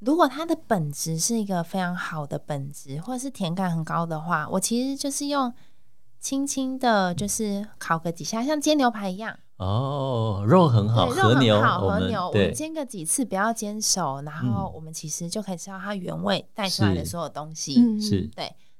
[SPEAKER 3] 如果它的本质是一个非常好的本质，或者是甜感很高的话，我其实就是用轻轻的，就是烤个几下，像煎牛排一样。
[SPEAKER 2] 哦，肉很好，
[SPEAKER 3] 对，肉
[SPEAKER 2] 和牛，
[SPEAKER 3] 很好，
[SPEAKER 2] 我
[SPEAKER 3] 和
[SPEAKER 2] 们
[SPEAKER 3] 牛，我
[SPEAKER 2] 对嗯
[SPEAKER 3] 们煎个几次，不要煎熟，然后我们其实就可以吃到它原味带出来的
[SPEAKER 2] 是
[SPEAKER 3] 所有东西。
[SPEAKER 1] 嗯，
[SPEAKER 2] 是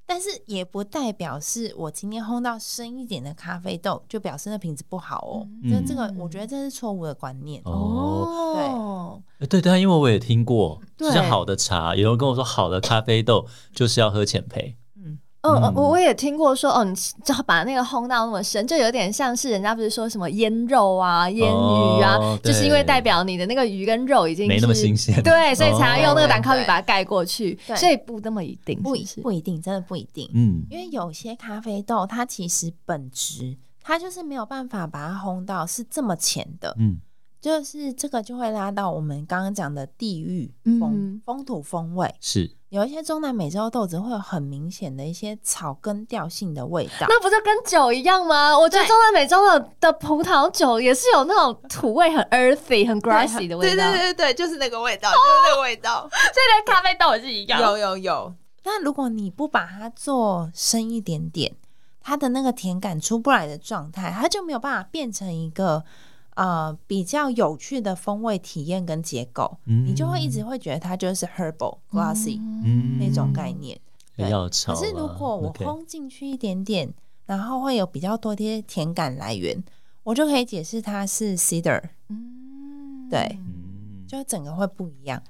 [SPEAKER 3] 但是也不代表是我今天烘到深一点的咖啡豆，就表示那品质不好哦。
[SPEAKER 1] 嗯
[SPEAKER 3] 这这个我觉得这是错误的观念。
[SPEAKER 2] 哦，
[SPEAKER 1] 哦，
[SPEAKER 2] 呃对对，因为我也听过，就
[SPEAKER 1] 对
[SPEAKER 2] 是好的茶，有人跟我说好的咖啡豆就是要喝浅焙，
[SPEAKER 1] 嗯，
[SPEAKER 2] 嗯
[SPEAKER 1] 嗯我我也听过说，哦，你只要把那个烘到那么深，就有点像是人家不是说什么腌肉啊、腌鱼啊，
[SPEAKER 2] 哦对
[SPEAKER 1] 就是因为代表你的那个鱼跟肉已经
[SPEAKER 2] 没那么
[SPEAKER 1] 是
[SPEAKER 2] 新鲜
[SPEAKER 1] 对，所以才要用那个
[SPEAKER 3] 哦
[SPEAKER 1] 板烤鱼把它盖过去，
[SPEAKER 3] 对
[SPEAKER 1] 所以不那么一定，
[SPEAKER 3] 不
[SPEAKER 1] 是
[SPEAKER 3] 一
[SPEAKER 1] 是
[SPEAKER 3] 不一定，真的不一定，
[SPEAKER 2] 嗯，
[SPEAKER 3] 因为有些咖啡豆它其实本质它就是没有办法把它烘到是这么浅的，
[SPEAKER 2] 嗯，
[SPEAKER 3] 就是这个就会拉到我们刚刚讲的地域
[SPEAKER 1] 嗯
[SPEAKER 3] 风、风土风味。
[SPEAKER 2] 是
[SPEAKER 3] 有一些中南美洲豆子会有很明显的一些草根调性的味道。
[SPEAKER 1] 那不就跟酒一样吗？我觉得
[SPEAKER 3] 对
[SPEAKER 1] 中南美洲的的葡萄酒也是有那种土味很 earthy、很 grassy 的味
[SPEAKER 4] 对
[SPEAKER 1] 道，哦
[SPEAKER 4] 对对对，就是那个味道，就是那个味道。
[SPEAKER 1] 所以连咖啡豆也是一样。
[SPEAKER 4] 有有有，
[SPEAKER 3] 那如果你不把它做深一点点，它的那个甜感出不来的状态，它就没有办法变成一个呃比较有趣的风味体验跟结构，
[SPEAKER 2] 嗯
[SPEAKER 3] 你就会一直会觉得它就是 herbal glassy、
[SPEAKER 2] 嗯
[SPEAKER 3] 那种概念。对
[SPEAKER 2] 要炒
[SPEAKER 3] 可
[SPEAKER 2] 啊。
[SPEAKER 3] 是如果我
[SPEAKER 2] OK
[SPEAKER 3] 烘进去一点点然后会有比较多的甜感来源，我就可以解释它是 cedar，
[SPEAKER 1] 嗯
[SPEAKER 3] 对
[SPEAKER 2] 嗯
[SPEAKER 3] 就整个会不一样。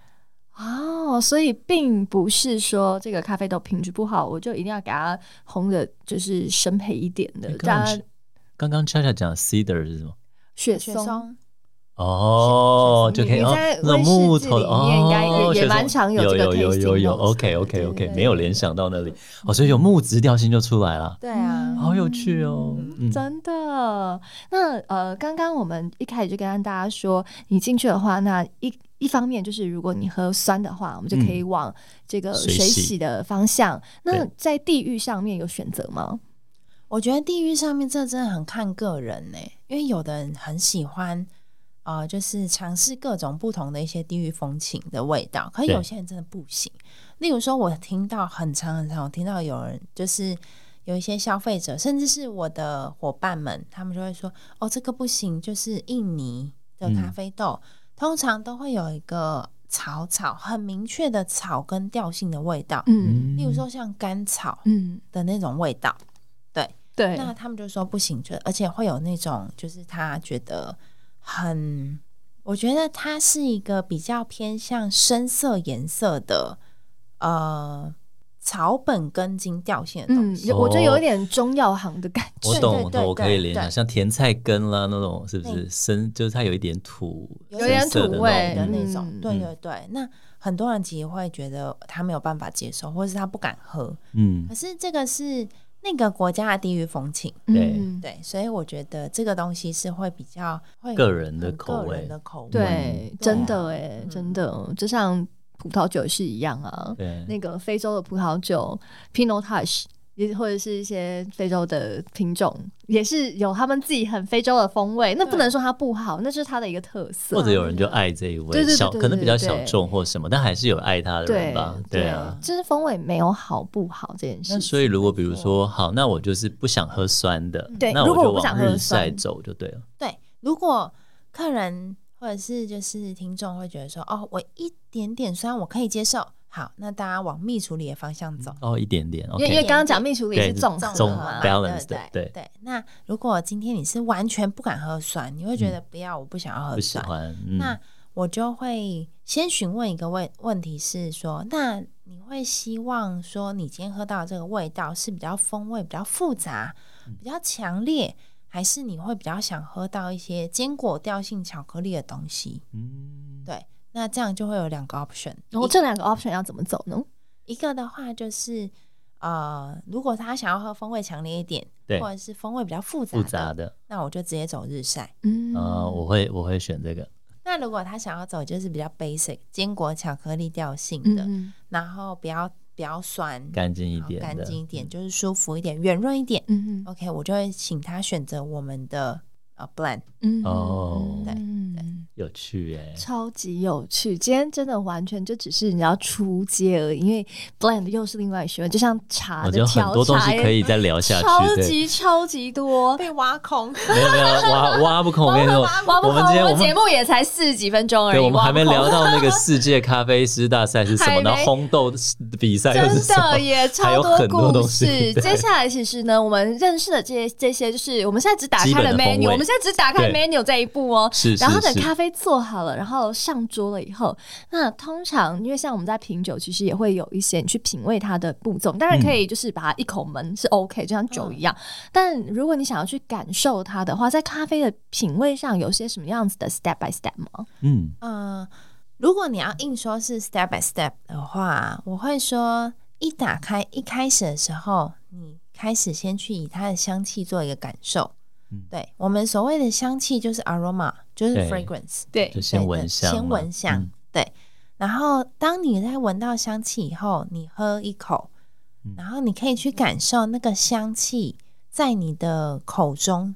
[SPEAKER 1] 哦，所以并不是说这个咖啡豆品质不好，我就一定要给它烘的，就是深焙一点的
[SPEAKER 2] 哎，
[SPEAKER 1] 让
[SPEAKER 2] 刚
[SPEAKER 1] 它
[SPEAKER 2] 刚刚刚恰恰讲的 cedar 是什么？
[SPEAKER 1] 雪
[SPEAKER 3] 雪
[SPEAKER 1] 松。
[SPEAKER 3] 松，
[SPEAKER 2] 哦，
[SPEAKER 1] 雪
[SPEAKER 2] 就
[SPEAKER 1] 松
[SPEAKER 2] 可以
[SPEAKER 1] 你
[SPEAKER 2] 哦
[SPEAKER 1] 在，
[SPEAKER 2] 那
[SPEAKER 1] 威士
[SPEAKER 2] 木
[SPEAKER 1] 忌
[SPEAKER 2] 头的
[SPEAKER 1] 里面应该也
[SPEAKER 2] 哦，
[SPEAKER 1] 也
[SPEAKER 2] 雪松
[SPEAKER 1] 蛮常有
[SPEAKER 2] 有
[SPEAKER 1] 这个
[SPEAKER 2] 有有
[SPEAKER 1] tasting
[SPEAKER 2] 有有
[SPEAKER 1] notes 的
[SPEAKER 2] ，OK OK
[SPEAKER 1] 对
[SPEAKER 2] OK，
[SPEAKER 1] 对
[SPEAKER 2] 没有
[SPEAKER 1] 对
[SPEAKER 2] 联想到那里，哦，所以有木质调性就出来了，
[SPEAKER 3] 对啊，
[SPEAKER 2] 好有趣哦，嗯，
[SPEAKER 1] 真的，那呃，刚刚我们一开始就跟大家说，你进去的话，那一一方面就是如果你喝酸的话，我们就可以
[SPEAKER 2] 嗯
[SPEAKER 1] 往这个
[SPEAKER 2] 水
[SPEAKER 1] 水
[SPEAKER 2] 洗
[SPEAKER 1] 洗的方向。那
[SPEAKER 2] 对
[SPEAKER 1] 在地域上面有选择吗？
[SPEAKER 3] 我觉得地域上面这真的很看个人呢、因为有的人很喜欢，呃，就是尝试各种不同的一些地域风情的味道，可是
[SPEAKER 2] 对
[SPEAKER 3] 有些人真的不行。例如说，我听到很长很长，我听到有人就是有一些消费者，甚至是我的伙伴们，他们就会说：“哦，这个不行，就是印尼的咖啡豆，通常都会有一个草草很明确的草跟调性的味道，
[SPEAKER 1] 嗯
[SPEAKER 3] 例如说像甘草
[SPEAKER 1] 嗯，
[SPEAKER 3] 的那种味道。”
[SPEAKER 1] 对，
[SPEAKER 3] 那他们就说不行，就而且会有那种，就是他觉得很，我觉得它是一个比较偏向深色颜色的，呃，草本根茎调性的东
[SPEAKER 1] 嗯
[SPEAKER 3] 西。，
[SPEAKER 1] 有我觉得有
[SPEAKER 2] 哦
[SPEAKER 1] 一点中药行的感觉。
[SPEAKER 2] 我懂，
[SPEAKER 3] 对
[SPEAKER 2] 我
[SPEAKER 3] 对
[SPEAKER 2] 懂，我可以
[SPEAKER 3] 对
[SPEAKER 2] 联想，
[SPEAKER 3] 对
[SPEAKER 2] 像甜菜根啦那种，是不是
[SPEAKER 3] 对
[SPEAKER 2] 深？就是它有一点土，
[SPEAKER 3] 有
[SPEAKER 1] 点
[SPEAKER 2] 深色的
[SPEAKER 1] 土
[SPEAKER 2] 那
[SPEAKER 1] 味
[SPEAKER 3] 的
[SPEAKER 2] 种
[SPEAKER 3] 那
[SPEAKER 1] 嗯
[SPEAKER 3] 种，对
[SPEAKER 2] 嗯
[SPEAKER 3] 对对。那很多人其实会觉得他没有办法接受，或是他不敢喝。
[SPEAKER 2] 嗯
[SPEAKER 3] 可是这个是那个国家的地域风情，
[SPEAKER 2] 对
[SPEAKER 1] 嗯
[SPEAKER 3] 对，所以我觉得这个东西是会比较会
[SPEAKER 2] 个人的
[SPEAKER 3] 很
[SPEAKER 2] 口
[SPEAKER 3] 个人
[SPEAKER 2] 味
[SPEAKER 3] 的口味。
[SPEAKER 1] 对，
[SPEAKER 3] 对啊
[SPEAKER 1] 真的哎，真的，就像葡萄酒是一样啊。
[SPEAKER 2] 对，
[SPEAKER 1] 那个非洲的葡萄酒 Pinot Touch，也或者是一些非洲的品种，也是有他们自己很非洲的风味。那不
[SPEAKER 4] 对
[SPEAKER 1] 能说它不好，那就是它的一个特色。啊
[SPEAKER 2] 或者有人就爱这一
[SPEAKER 1] 对对
[SPEAKER 2] 位
[SPEAKER 1] 对
[SPEAKER 2] 小，
[SPEAKER 1] 对
[SPEAKER 2] 可能比较
[SPEAKER 1] 对
[SPEAKER 2] 小
[SPEAKER 1] 对
[SPEAKER 2] 众或什么，但还是有爱他的人吧？对啊。
[SPEAKER 1] 就是风味没有好不好这件事
[SPEAKER 2] 那
[SPEAKER 1] 情。
[SPEAKER 2] 所以，如果比如说，好，那我就是不想喝酸的，
[SPEAKER 1] 对
[SPEAKER 2] 那
[SPEAKER 1] 如
[SPEAKER 2] 我
[SPEAKER 1] 果
[SPEAKER 2] 就
[SPEAKER 1] 我不想
[SPEAKER 2] 往
[SPEAKER 1] 喝
[SPEAKER 2] 日晒
[SPEAKER 1] 酸
[SPEAKER 2] 走就对了。
[SPEAKER 3] 对，如果客人或者是就是听众会觉得说，哦，我一点点酸我可以接受，好，那大家往蜜处理的方向走。
[SPEAKER 2] 哦，一点点
[SPEAKER 1] 因为因为
[SPEAKER 2] ，OK，
[SPEAKER 1] 刚刚讲蜜处理是
[SPEAKER 2] 对
[SPEAKER 1] 综
[SPEAKER 2] 是
[SPEAKER 1] 合
[SPEAKER 2] 综
[SPEAKER 1] 嘛，
[SPEAKER 2] 合 balance
[SPEAKER 3] 对
[SPEAKER 2] 的
[SPEAKER 3] 对
[SPEAKER 2] 对
[SPEAKER 3] 对。那如果今天你是完全不敢喝酸，你会觉得不要，我不想要喝
[SPEAKER 2] 嗯不喜
[SPEAKER 3] 酸，
[SPEAKER 2] 欢。嗯，
[SPEAKER 3] 那我就会先询问一个问问题是说，那你会希望说你今天喝到的这个味道是比较风味比较复杂、
[SPEAKER 2] 嗯
[SPEAKER 3] 比较强烈，还是你会比较想喝到一些坚果调性巧克力的东西？
[SPEAKER 2] 嗯
[SPEAKER 3] 对，那这样就会有两个 option。
[SPEAKER 1] 然后这两个 option 要怎么走呢？
[SPEAKER 3] 一个的话就是，呃，如果他想要喝风味强烈一点，
[SPEAKER 2] 对
[SPEAKER 3] 或者是风味比较复杂
[SPEAKER 2] 复
[SPEAKER 3] 的，
[SPEAKER 2] 杂
[SPEAKER 1] 啊
[SPEAKER 2] 的，
[SPEAKER 3] 那我就直接走日晒。
[SPEAKER 1] 嗯，
[SPEAKER 2] 呃，我会我会选这个。
[SPEAKER 3] 那如果他想要走就是比较 basic 坚果巧克力调性
[SPEAKER 1] 嗯
[SPEAKER 3] 的，
[SPEAKER 1] 嗯
[SPEAKER 3] 然后不要不要酸，
[SPEAKER 2] 干净一
[SPEAKER 3] 然后
[SPEAKER 2] 点的，嗯
[SPEAKER 3] 干净一点，就是舒服一点，圆润一点。
[SPEAKER 1] 嗯
[SPEAKER 3] OK，我就会请他选择我们的呃 blend。
[SPEAKER 1] 嗯
[SPEAKER 2] 哦
[SPEAKER 1] 对对，
[SPEAKER 2] 有趣哎、
[SPEAKER 1] 超级有趣。今天真的完全就只是你要出街而已，因为 blend 又是另外一学问，就像茶
[SPEAKER 2] 我觉
[SPEAKER 1] 的
[SPEAKER 2] 得很多
[SPEAKER 1] 调
[SPEAKER 2] 东
[SPEAKER 1] 茶
[SPEAKER 2] 西可
[SPEAKER 1] 也。
[SPEAKER 2] 以再聊下
[SPEAKER 1] 超
[SPEAKER 2] 去，对，
[SPEAKER 1] 级超级多，
[SPEAKER 4] 被挖 空，
[SPEAKER 2] 没有没有挖挖不空，我跟你说，
[SPEAKER 1] 挖不空，
[SPEAKER 2] 我们今天
[SPEAKER 1] 我
[SPEAKER 2] 我
[SPEAKER 1] 们节
[SPEAKER 2] 们
[SPEAKER 1] 目也才四十几分钟而已，
[SPEAKER 2] 对，我们还
[SPEAKER 1] 挖
[SPEAKER 2] 没
[SPEAKER 1] 不空
[SPEAKER 2] 聊到 那个世界咖啡师大赛是什么，
[SPEAKER 1] 还没
[SPEAKER 2] 然后烘豆比赛又是
[SPEAKER 1] 真
[SPEAKER 2] 什么
[SPEAKER 1] 的，耶，
[SPEAKER 2] 还
[SPEAKER 1] 超
[SPEAKER 2] 有很多
[SPEAKER 1] 故
[SPEAKER 2] 东西
[SPEAKER 1] 事。
[SPEAKER 2] 对
[SPEAKER 1] 接下来其实呢，我们认识的这些这些，就是我们现在只打
[SPEAKER 2] 基
[SPEAKER 1] 开
[SPEAKER 2] 本
[SPEAKER 1] 了
[SPEAKER 2] 的风
[SPEAKER 1] menu，
[SPEAKER 2] 味
[SPEAKER 1] 我们现在只打开
[SPEAKER 2] 对
[SPEAKER 1] menu 这一步哦。
[SPEAKER 2] 是是
[SPEAKER 1] 然后等
[SPEAKER 2] 是
[SPEAKER 1] 咖啡做好了，然后上桌了以后，那通常因为像我们在品酒，其实也会有一些你去品味它的步骤，当然
[SPEAKER 2] 嗯
[SPEAKER 1] 可以就是把它一口闷是 OK，、就像
[SPEAKER 3] 嗯
[SPEAKER 1] 酒一样。但如果你想要去感受它的话，在咖啡的品味上有些什么样子的 step by step 吗？
[SPEAKER 2] 嗯，
[SPEAKER 3] 嗯、如果你要硬说是 step by step 的话，我会说一打开一开始的时候，你开始先去以它的香气做一个感受。
[SPEAKER 2] 嗯
[SPEAKER 3] 对我们所谓的香气就是 aroma，就是
[SPEAKER 2] 对
[SPEAKER 3] fragrance。
[SPEAKER 1] 对
[SPEAKER 2] 就
[SPEAKER 3] 对
[SPEAKER 2] 先
[SPEAKER 3] 对
[SPEAKER 2] 闻香嘛，
[SPEAKER 3] 先闻香，
[SPEAKER 2] 嗯
[SPEAKER 3] 对。然后当你在闻到香气以后，你喝一口，
[SPEAKER 2] 嗯
[SPEAKER 3] 然后你可以去感受那个香气在你的口中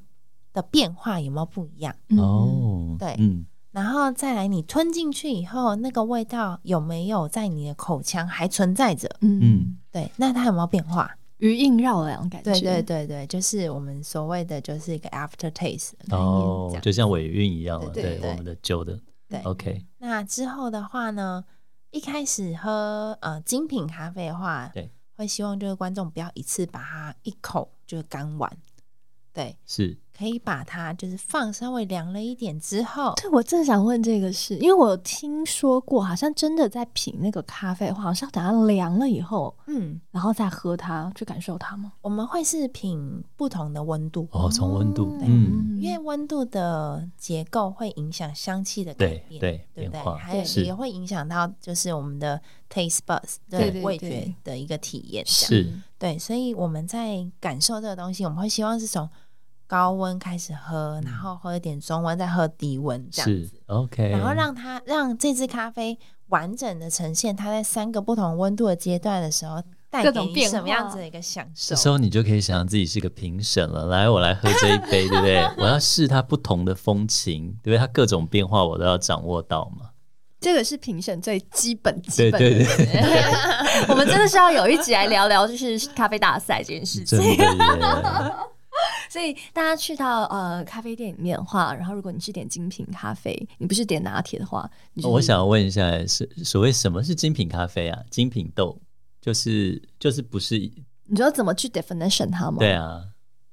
[SPEAKER 3] 的变化有没有不一样。
[SPEAKER 2] 哦，
[SPEAKER 3] 嗯对
[SPEAKER 2] 嗯，
[SPEAKER 3] 然后再来，你吞进去以后，那个味道有没有在你的口腔还存在着？
[SPEAKER 1] 嗯嗯
[SPEAKER 2] 嗯，
[SPEAKER 3] 对，那它有没有变化？
[SPEAKER 1] 余韵绕梁感觉，
[SPEAKER 3] 对对对对，就是我们所谓的就是一个 after taste 的概念这
[SPEAKER 2] 哦
[SPEAKER 3] 样，
[SPEAKER 2] 就像尾韵一样了，
[SPEAKER 1] 对
[SPEAKER 3] 对
[SPEAKER 2] 对，
[SPEAKER 3] 对
[SPEAKER 2] 我们的酒的
[SPEAKER 3] 对
[SPEAKER 2] ，OK，
[SPEAKER 3] 那之后的话呢，一开始喝呃精品咖啡的话，
[SPEAKER 2] 对，
[SPEAKER 3] 会希望就是观众不要一次把它一口就是干完，对，
[SPEAKER 2] 是
[SPEAKER 3] 可以把它就是放稍微凉了一点之后，
[SPEAKER 1] 对，我正想问这个事，因为我有听说过，好像真的在品那个咖啡的话，好像等它凉了以后，
[SPEAKER 3] 嗯，
[SPEAKER 1] 然后再喝它，去感受它吗？
[SPEAKER 3] 我们会是品不同的温度，
[SPEAKER 2] 哦，从温度，
[SPEAKER 1] 对
[SPEAKER 2] 嗯，
[SPEAKER 3] 因为温度的结构会影响香气的改
[SPEAKER 2] 对
[SPEAKER 3] 变，
[SPEAKER 2] 对，
[SPEAKER 3] 对
[SPEAKER 2] 变
[SPEAKER 3] 不对？
[SPEAKER 2] 化
[SPEAKER 3] 还有
[SPEAKER 2] 是
[SPEAKER 3] 也会影响到就是我们的 taste buds
[SPEAKER 1] 对
[SPEAKER 3] 的
[SPEAKER 1] 对
[SPEAKER 3] 味
[SPEAKER 1] 对
[SPEAKER 3] 觉的一个体验，这样
[SPEAKER 2] 是
[SPEAKER 3] 对，所以我们在感受这个东西，我们会希望是从高温开始喝，然后喝一点中温，再喝低温这
[SPEAKER 2] 嗯
[SPEAKER 3] 样
[SPEAKER 2] 是哎
[SPEAKER 3] 子，
[SPEAKER 2] ，OK，
[SPEAKER 3] 然后让它让这支咖啡完整的呈现它在三个不同温度的阶段的时候，带
[SPEAKER 1] 各
[SPEAKER 3] 给
[SPEAKER 1] 种
[SPEAKER 3] 你
[SPEAKER 1] 变
[SPEAKER 3] 什么样
[SPEAKER 1] 化
[SPEAKER 3] 子的一个享受
[SPEAKER 2] 这。时候你就可以想象自己是个评审了。来，我来喝这一杯，对不 对？我要试它不同的风情，对不对？它各种变化我都要掌握到嘛。
[SPEAKER 1] 这个是评审最基本基
[SPEAKER 2] 对
[SPEAKER 1] 本
[SPEAKER 2] 对
[SPEAKER 1] 的。
[SPEAKER 2] 对，
[SPEAKER 1] 我们真的是要有一集来聊聊，就是咖啡大赛这件事
[SPEAKER 2] 真
[SPEAKER 1] 情
[SPEAKER 2] 的。 耶！
[SPEAKER 1] 所以大家去到呃咖啡店里面的话，然后如果你是点精品咖啡，你不是点拿铁的话，你就是
[SPEAKER 2] 哦我想问一下，是所谓什么是精品咖啡啊？精品豆就是就是不是？
[SPEAKER 1] 你知道怎么去 definition 它吗？
[SPEAKER 2] 对啊，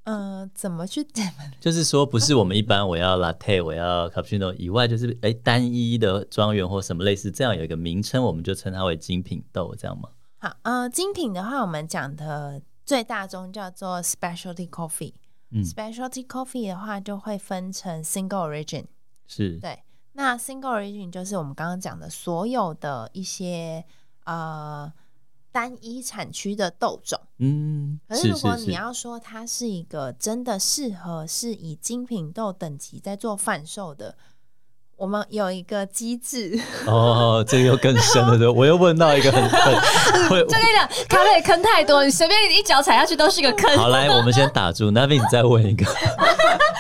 [SPEAKER 3] 嗯、怎么去怎么？
[SPEAKER 2] 就是说不是我们一般我要 latte 我要 cappuccino 以外，就是哎单一的庄园或什么类似这样有一个名称，我们就称它为精品豆，这样吗？
[SPEAKER 3] 好，呃，精品的话，我们讲的最大宗叫做 specialty coffee。
[SPEAKER 2] 嗯，
[SPEAKER 3] specialty coffee 的话，就会分成 single origin。
[SPEAKER 2] 是
[SPEAKER 3] 对，那 single origin 就是我们刚刚讲的所有的一些呃单一产区的豆种。
[SPEAKER 2] 嗯，
[SPEAKER 3] 可是
[SPEAKER 2] 是
[SPEAKER 3] 如果
[SPEAKER 2] 是
[SPEAKER 3] 你
[SPEAKER 2] 是，
[SPEAKER 3] 要说它是一个真的适合是以精品豆等级在做贩售的，我们有一个机制，
[SPEAKER 2] 哦，这个又更深了，对吧，我又问到一个很 很会。
[SPEAKER 1] 就跟你讲，咖啡坑太多，你随便一脚踩下去都是个 坑。
[SPEAKER 2] 好，来，我们先打住，Navin 你再问 一个，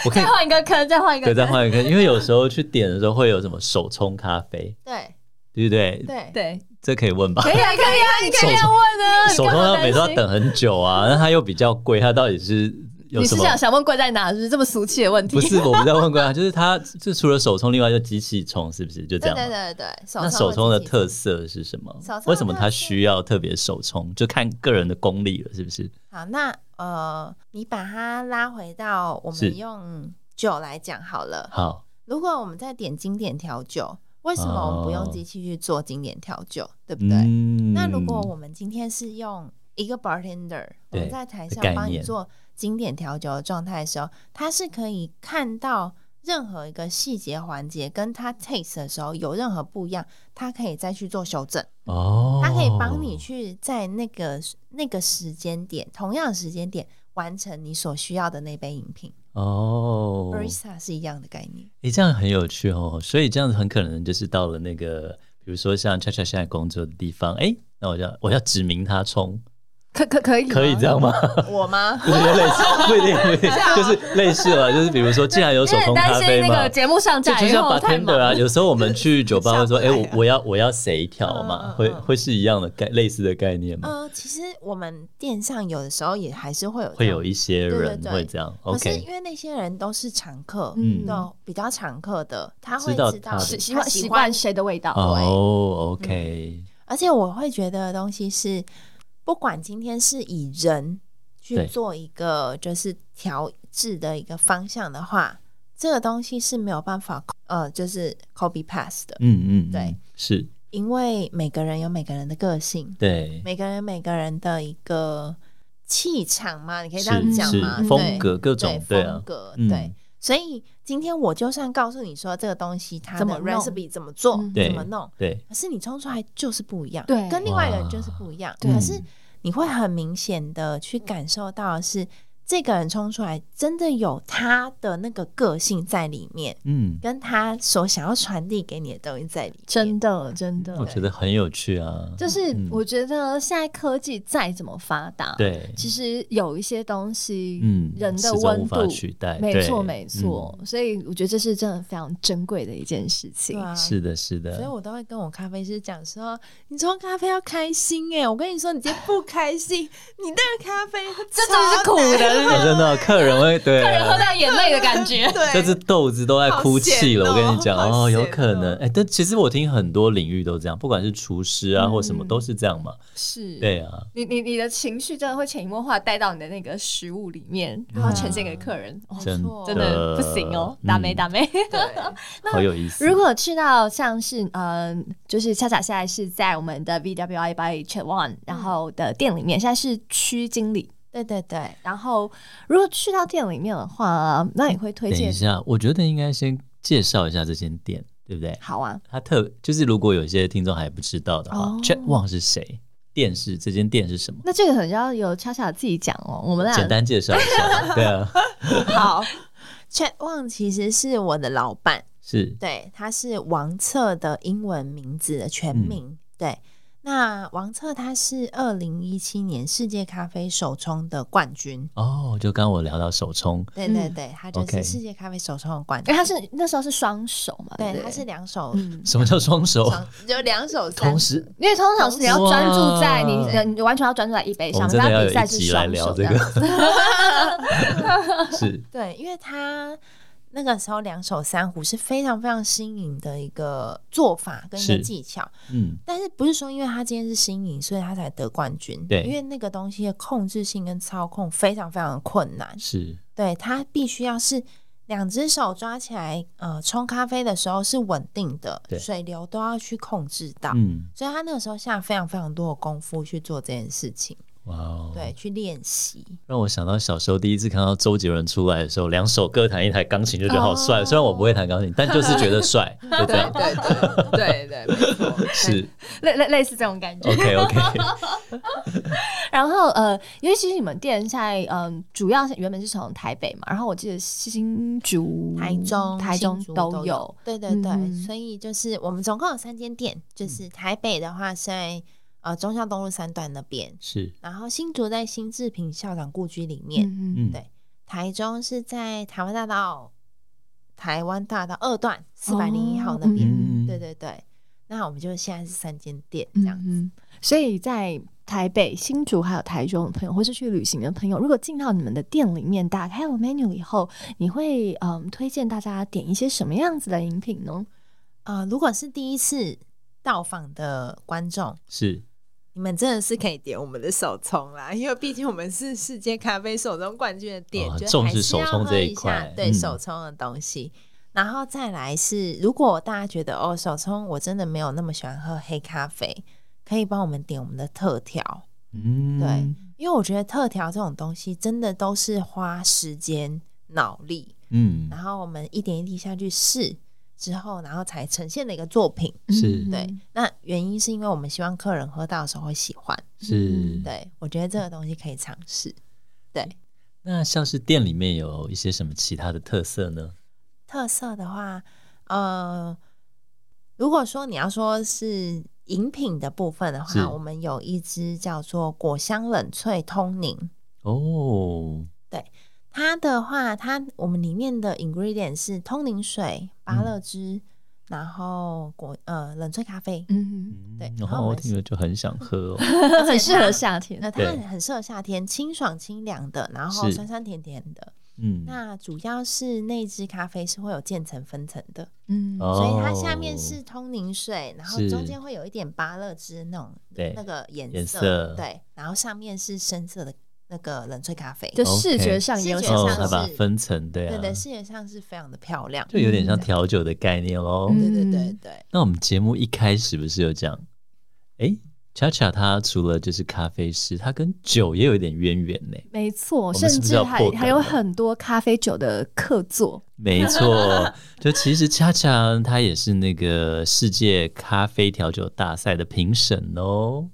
[SPEAKER 2] 我可以
[SPEAKER 1] 再换一个坑，再换一个
[SPEAKER 2] 对
[SPEAKER 1] 坑，
[SPEAKER 2] 再换一个，因为有时候去点的时候会有什么手冲咖啡，
[SPEAKER 3] 对
[SPEAKER 2] 对不对？
[SPEAKER 3] 对
[SPEAKER 1] 对，
[SPEAKER 2] 这可以问吧？
[SPEAKER 1] 可以 啊，可以啊，你可以这样问啊。
[SPEAKER 2] 手冲
[SPEAKER 1] 你干
[SPEAKER 2] 要
[SPEAKER 1] 嘛
[SPEAKER 2] 每次要
[SPEAKER 1] 担心
[SPEAKER 2] 等很久啊，那它又比较贵，它到底是有
[SPEAKER 1] 你
[SPEAKER 2] 什
[SPEAKER 1] 是
[SPEAKER 2] 么？
[SPEAKER 1] 想想问贵在哪？是不是这么俗气的 问题？
[SPEAKER 2] 不是，我不在问过啊， 就是它就除了手冲，另外就机器冲，是不是？就这
[SPEAKER 3] 对
[SPEAKER 2] 样吗。
[SPEAKER 3] 对对对，手
[SPEAKER 2] 那手冲的
[SPEAKER 3] 会自己
[SPEAKER 2] 特色是什么
[SPEAKER 3] 手冲的？
[SPEAKER 2] 为什么它
[SPEAKER 3] 特色
[SPEAKER 2] 需要特别手冲？就看个人的功力了，是不是？
[SPEAKER 3] 好，那呃，你把它拉回到我
[SPEAKER 2] 是
[SPEAKER 3] 们用酒来讲好了。
[SPEAKER 2] 好，
[SPEAKER 3] 如果我们在点经典调酒，为什么我们不
[SPEAKER 2] 哦
[SPEAKER 3] 用机器去做经典调酒，对不对？
[SPEAKER 2] 嗯，
[SPEAKER 3] 那如果我们今天是用一个 bartender，我
[SPEAKER 2] 对
[SPEAKER 3] 们在台
[SPEAKER 2] 的
[SPEAKER 3] 上
[SPEAKER 2] 概
[SPEAKER 3] 帮你
[SPEAKER 2] 念
[SPEAKER 3] 做经典调酒的状态的时候，他是可以看到任何一个细节环节跟他 taste 的时候有任何不一样，他可以再去做修正，
[SPEAKER 2] 哦，
[SPEAKER 3] 他可以帮你去在那个那个时间点，同样的时间点完成你所需要的那杯饮品。
[SPEAKER 2] 哦，
[SPEAKER 3] barista 是一样的概念，
[SPEAKER 2] 诶，这样很有趣哦。所以这样子很可能就是到了那个，比如说像恰恰现在工作的地方，诶，那我要我要指明他冲，
[SPEAKER 1] 可可可以
[SPEAKER 2] 可以这 样吗？
[SPEAKER 3] 我吗？
[SPEAKER 2] 就是类似，不一定，不一定，就是类似了。就是比如说，既然有手
[SPEAKER 1] 有点
[SPEAKER 2] 冲咖
[SPEAKER 1] 担
[SPEAKER 2] 啡
[SPEAKER 1] 心那
[SPEAKER 2] 嘛
[SPEAKER 1] 个，节目上
[SPEAKER 2] 这
[SPEAKER 1] 架
[SPEAKER 2] 就
[SPEAKER 1] 以
[SPEAKER 2] 像
[SPEAKER 1] 后太
[SPEAKER 2] bartender
[SPEAKER 1] 忙
[SPEAKER 2] 啊，有时候我们去酒吧会说，哎、
[SPEAKER 4] 下不来
[SPEAKER 2] 我
[SPEAKER 4] 啊
[SPEAKER 2] 我要我要谁一条嘛，
[SPEAKER 3] 嗯嗯嗯
[SPEAKER 2] 会会是一样的概类似的概念嘛，
[SPEAKER 3] 呃，其实我们店上有的时候也还是会有这
[SPEAKER 2] 会
[SPEAKER 3] 种
[SPEAKER 2] 有一些人
[SPEAKER 3] 对对对
[SPEAKER 2] 会这样
[SPEAKER 3] 可是
[SPEAKER 2] ，OK，
[SPEAKER 3] 因为那些人都是常客，
[SPEAKER 1] 嗯
[SPEAKER 3] 都比较常客的，他会
[SPEAKER 2] 知道
[SPEAKER 3] 知
[SPEAKER 2] 他
[SPEAKER 3] 道
[SPEAKER 2] 的
[SPEAKER 1] 是习
[SPEAKER 3] 他
[SPEAKER 1] 惯习惯，谁的味道？
[SPEAKER 2] 哦，OK，
[SPEAKER 3] 而且我会觉得东西是，不管今天是以人
[SPEAKER 2] 对
[SPEAKER 3] 去做一个就是调制的一个方向的话，这个东西是没有办法呃，就是 copy pass 的，
[SPEAKER 2] 嗯嗯，嗯
[SPEAKER 3] 对，
[SPEAKER 2] 是，
[SPEAKER 3] 因为每个人有每个人的个性，
[SPEAKER 2] 对，
[SPEAKER 3] 每个人有每个人的一个气场嘛，你可以这样
[SPEAKER 2] 是
[SPEAKER 3] 讲
[SPEAKER 2] 是
[SPEAKER 3] 嘛，
[SPEAKER 2] 风
[SPEAKER 3] 对
[SPEAKER 2] 格各
[SPEAKER 3] 对
[SPEAKER 2] 种，对
[SPEAKER 3] 风
[SPEAKER 2] 啊，
[SPEAKER 3] 格，
[SPEAKER 2] 嗯
[SPEAKER 3] 对。所以今天我就算告诉你说这个东西它
[SPEAKER 1] 怎么
[SPEAKER 3] 的
[SPEAKER 1] 弄
[SPEAKER 3] recipe 怎么做
[SPEAKER 1] 嗯，
[SPEAKER 2] 对
[SPEAKER 3] 怎么弄，
[SPEAKER 2] 对，
[SPEAKER 3] 可是你冲出来就是不一样，
[SPEAKER 1] 对
[SPEAKER 3] 跟另外一个人就是不一样。
[SPEAKER 1] 哇
[SPEAKER 3] 可
[SPEAKER 2] 嗯
[SPEAKER 3] 是你会很明显的去感受到的是这个人冲出来真的有他的那个个性在里面，
[SPEAKER 2] 嗯，
[SPEAKER 3] 跟他所想要传递给你的东西在里面。
[SPEAKER 1] 真的真的
[SPEAKER 2] 我，觉得很有趣啊，
[SPEAKER 1] 就是
[SPEAKER 2] 嗯
[SPEAKER 1] 我觉得现在科技再怎么发达，
[SPEAKER 2] 对，
[SPEAKER 1] 其实有一些东西，
[SPEAKER 2] 嗯
[SPEAKER 1] 人的
[SPEAKER 2] 始终
[SPEAKER 1] 温
[SPEAKER 2] 无
[SPEAKER 1] 度
[SPEAKER 2] 法取代
[SPEAKER 1] 没
[SPEAKER 2] 对嗯
[SPEAKER 1] 错没错，所以我觉得这是真的非常珍贵的一件事情
[SPEAKER 3] 对。啊，
[SPEAKER 2] 是的，是的，
[SPEAKER 3] 所以我都会跟我咖啡师讲说，你冲咖啡要开心哎、我跟你说，你今天不开心，你那个咖啡
[SPEAKER 1] 这真的是苦的，
[SPEAKER 2] 我啊真的客人会对啊，
[SPEAKER 1] 喝到眼泪的感 觉。
[SPEAKER 4] 对，
[SPEAKER 2] 这只豆子都在哭泣
[SPEAKER 4] 好
[SPEAKER 2] 了，我
[SPEAKER 4] 险哦
[SPEAKER 2] 跟你讲
[SPEAKER 4] 好
[SPEAKER 2] 哦，
[SPEAKER 4] 险哦
[SPEAKER 2] 有可能哎、但其实我听很多领域都这样，不管是厨师啊或什么，
[SPEAKER 1] 嗯
[SPEAKER 2] 都是这样嘛。
[SPEAKER 4] 嗯
[SPEAKER 1] 是，
[SPEAKER 2] 对啊，
[SPEAKER 1] 你你你的情绪真的会潜移默化带到你的那个食物里面，然后呈现给客人。哦
[SPEAKER 2] 真
[SPEAKER 3] 没错
[SPEAKER 1] 真的不行哦，打没
[SPEAKER 2] 呃嗯
[SPEAKER 1] 打没。
[SPEAKER 4] 对
[SPEAKER 2] 好有意思。
[SPEAKER 1] 如果去到像是呃，就是恰恰现在是在我们的 VWI by Chat One，然后的店里面，现在是区经理。
[SPEAKER 3] 对对对，
[SPEAKER 1] 然后如果去到店里面的话，那你会推
[SPEAKER 2] 等一
[SPEAKER 1] 荐？
[SPEAKER 2] 下，我觉得应该先介绍一下这间店，对不对？
[SPEAKER 1] 好啊，
[SPEAKER 2] 它特就是如果有些听众还不知道的话、
[SPEAKER 1] 哦
[SPEAKER 2] c h e c k One 是谁？店是这间店是什么？
[SPEAKER 1] 那这个很要由恰恰自己讲哦，我们俩
[SPEAKER 2] 简单介绍一 下，对啊，
[SPEAKER 3] 好，Chat Wang 其实是我的老板，
[SPEAKER 2] 是
[SPEAKER 3] 对，他是王策的英文名字的全
[SPEAKER 1] 嗯
[SPEAKER 3] 名。对，那王策他是二零一七年世界咖啡首冲的冠军。
[SPEAKER 2] 哦，就刚我聊到手冲，
[SPEAKER 3] 对
[SPEAKER 1] 嗯
[SPEAKER 3] 对对，他就
[SPEAKER 2] OK
[SPEAKER 3] 是世界咖啡首冲的冠
[SPEAKER 1] 因
[SPEAKER 3] 军。
[SPEAKER 1] 为他是那时候是双手嘛，对不
[SPEAKER 3] 对，
[SPEAKER 1] 对，
[SPEAKER 3] 他是两手，
[SPEAKER 1] 嗯。
[SPEAKER 2] 什么叫双手？
[SPEAKER 3] 双就两手三
[SPEAKER 2] 同时
[SPEAKER 1] 因为通常是你要专注在你
[SPEAKER 2] 哇，
[SPEAKER 1] 你完全要专注在一杯
[SPEAKER 2] 我
[SPEAKER 1] 上
[SPEAKER 2] 们，
[SPEAKER 1] 不
[SPEAKER 2] 真的要
[SPEAKER 1] 然
[SPEAKER 2] 有
[SPEAKER 1] 比赛
[SPEAKER 2] 一
[SPEAKER 1] 是
[SPEAKER 2] 集来
[SPEAKER 1] 双
[SPEAKER 2] 聊
[SPEAKER 1] 手
[SPEAKER 2] 这
[SPEAKER 1] 这
[SPEAKER 2] 个
[SPEAKER 1] 样。，
[SPEAKER 2] 是
[SPEAKER 3] 对，因为他那个时候两手三壶是非常非常新颖的一个做法跟一个
[SPEAKER 2] 是
[SPEAKER 3] 技巧。
[SPEAKER 2] 嗯
[SPEAKER 3] 但是不是说因为他今天是新颖，所以他才得冠军？
[SPEAKER 2] 对
[SPEAKER 3] 因为那个东西的控制性跟操控非常非常的困难。
[SPEAKER 2] 是
[SPEAKER 3] 对，他必须要是两只手抓起来，呃，冲咖啡的时候是稳定的
[SPEAKER 2] 对，
[SPEAKER 3] 水流都要去控制到。
[SPEAKER 2] 嗯
[SPEAKER 3] 所以他那个时候下非常非常多的功夫去做这件事情，
[SPEAKER 2] 哇哦，
[SPEAKER 3] 对，去练习。
[SPEAKER 2] 让我想到小时候第一次看到周杰伦出来的时候，两手各弹一台钢琴，就觉得好帅。
[SPEAKER 3] 哦
[SPEAKER 2] 虽然我不会弹钢琴，但就是觉得帅，就这
[SPEAKER 4] 对
[SPEAKER 2] 样。
[SPEAKER 4] 对对对对对，没错，
[SPEAKER 2] 是
[SPEAKER 1] 类类类似这种感觉。
[SPEAKER 2] OK OK，
[SPEAKER 1] 然后呃，因为其实你们店在嗯、主要是原本是从台北嘛，然后我记得新
[SPEAKER 2] 嗯
[SPEAKER 1] 竹、
[SPEAKER 3] 台中、
[SPEAKER 1] 台
[SPEAKER 3] 新
[SPEAKER 1] 中
[SPEAKER 3] 竹
[SPEAKER 1] 都
[SPEAKER 3] 都
[SPEAKER 1] 有。，
[SPEAKER 3] 对对对，
[SPEAKER 1] 嗯
[SPEAKER 3] 所以就是我们总共有三间店，
[SPEAKER 2] 嗯
[SPEAKER 3] 就是台北的话是在呃忠孝东路三段那边，
[SPEAKER 2] 是
[SPEAKER 3] 然后新竹在新志平校长故居里面，
[SPEAKER 1] 嗯
[SPEAKER 2] 嗯
[SPEAKER 3] 对台中是在台湾大道台湾大道二段四百零一
[SPEAKER 1] 哦
[SPEAKER 3] 号那边，
[SPEAKER 2] 嗯
[SPEAKER 3] 对对对。那我们就现在是三间店这
[SPEAKER 1] 嗯
[SPEAKER 3] 样子，
[SPEAKER 1] 嗯，所以在台北、新竹还有台中的朋友，或是去旅行的朋友，如果进到你们的店里面，打开了 menu 以后，你会嗯推荐大家点一些什么样子的饮品呢？
[SPEAKER 3] 呃，如果是第一次到访的观众，
[SPEAKER 2] 是
[SPEAKER 3] 你们真的是可以点
[SPEAKER 4] 点我们的手冲 啦，因为毕竟我们是世界咖啡手冲冠军的店，
[SPEAKER 2] 哦
[SPEAKER 4] 就
[SPEAKER 2] 重
[SPEAKER 4] 还
[SPEAKER 2] 视
[SPEAKER 4] 是
[SPEAKER 2] 手冲这一块，
[SPEAKER 3] 对
[SPEAKER 2] 嗯
[SPEAKER 3] 手冲的东西。然后再来是，如果大家觉得哦，手冲我真的没有那么喜欢喝黑咖啡，可以帮我们点我们的特调，
[SPEAKER 2] 嗯
[SPEAKER 3] 对，因为我觉得特调这种东西真的都是花时间、脑力，
[SPEAKER 2] 嗯
[SPEAKER 3] 然后我们一点一滴下去试之后，然后才呈现的一个作品。
[SPEAKER 2] 是
[SPEAKER 1] 嗯，
[SPEAKER 3] 对，那原因是因为我们希望客人喝到的时候会喜欢。
[SPEAKER 2] 是。
[SPEAKER 3] 嗯对我觉得这个东西可以尝试。对，
[SPEAKER 2] 那像是店里面有一些什么其他的特色呢？
[SPEAKER 3] 特色的话，呃，如果说你要说是饮品的部分的
[SPEAKER 2] 是
[SPEAKER 3] 话，我们有一支叫做果香冷萃通宁。
[SPEAKER 2] 哦，
[SPEAKER 3] 它的话，它我们里面的 ingredient 是通灵水、芭乐汁，然后果呃冷萃咖啡
[SPEAKER 1] 嗯，
[SPEAKER 2] 嗯
[SPEAKER 3] 对
[SPEAKER 2] 然
[SPEAKER 3] 然后
[SPEAKER 2] 后
[SPEAKER 3] 我
[SPEAKER 2] 我
[SPEAKER 3] 们
[SPEAKER 2] 听
[SPEAKER 3] 是
[SPEAKER 2] 了就很想喝哦。
[SPEAKER 3] 而
[SPEAKER 1] 很
[SPEAKER 3] 且
[SPEAKER 1] 适合
[SPEAKER 3] 它
[SPEAKER 1] 夏天。
[SPEAKER 3] 呃，它
[SPEAKER 2] 对
[SPEAKER 3] 很适合夏天，清爽清凉的，然后
[SPEAKER 2] 是
[SPEAKER 3] 酸酸甜甜的。
[SPEAKER 2] 嗯，
[SPEAKER 3] 那主要是那支咖啡是会有渐层分层的，
[SPEAKER 1] 嗯
[SPEAKER 2] 哦
[SPEAKER 3] 所以它下面是通灵水，然后
[SPEAKER 2] 是
[SPEAKER 3] 中间会有一点芭乐汁那种
[SPEAKER 2] 对
[SPEAKER 3] 那个颜
[SPEAKER 2] 颜色
[SPEAKER 3] 对，然后上面是深色的那个冷萃咖啡，
[SPEAKER 1] 就
[SPEAKER 2] OK
[SPEAKER 1] 视觉上也有
[SPEAKER 3] 视觉
[SPEAKER 1] 想
[SPEAKER 2] 哦，
[SPEAKER 3] 上
[SPEAKER 1] 象
[SPEAKER 2] 还把
[SPEAKER 3] 是
[SPEAKER 2] 分层，对啊
[SPEAKER 3] 对，对，视觉上是非常的漂亮，
[SPEAKER 2] 就有点像调酒的概念喽。
[SPEAKER 1] 嗯
[SPEAKER 3] 对对对对。
[SPEAKER 2] 那我们节目一开始不是有讲，诶，恰恰他除了就是咖啡师，他跟酒也有一点渊源呢。
[SPEAKER 1] 没错，
[SPEAKER 2] 们
[SPEAKER 1] 甚
[SPEAKER 2] 是不是
[SPEAKER 1] 至
[SPEAKER 2] 要
[SPEAKER 1] 还
[SPEAKER 2] 破梗
[SPEAKER 1] 还有
[SPEAKER 2] 了
[SPEAKER 1] 很多咖啡酒的客座。
[SPEAKER 2] 没错，就其实恰恰他也是那个世界咖啡调酒大赛的评审哦。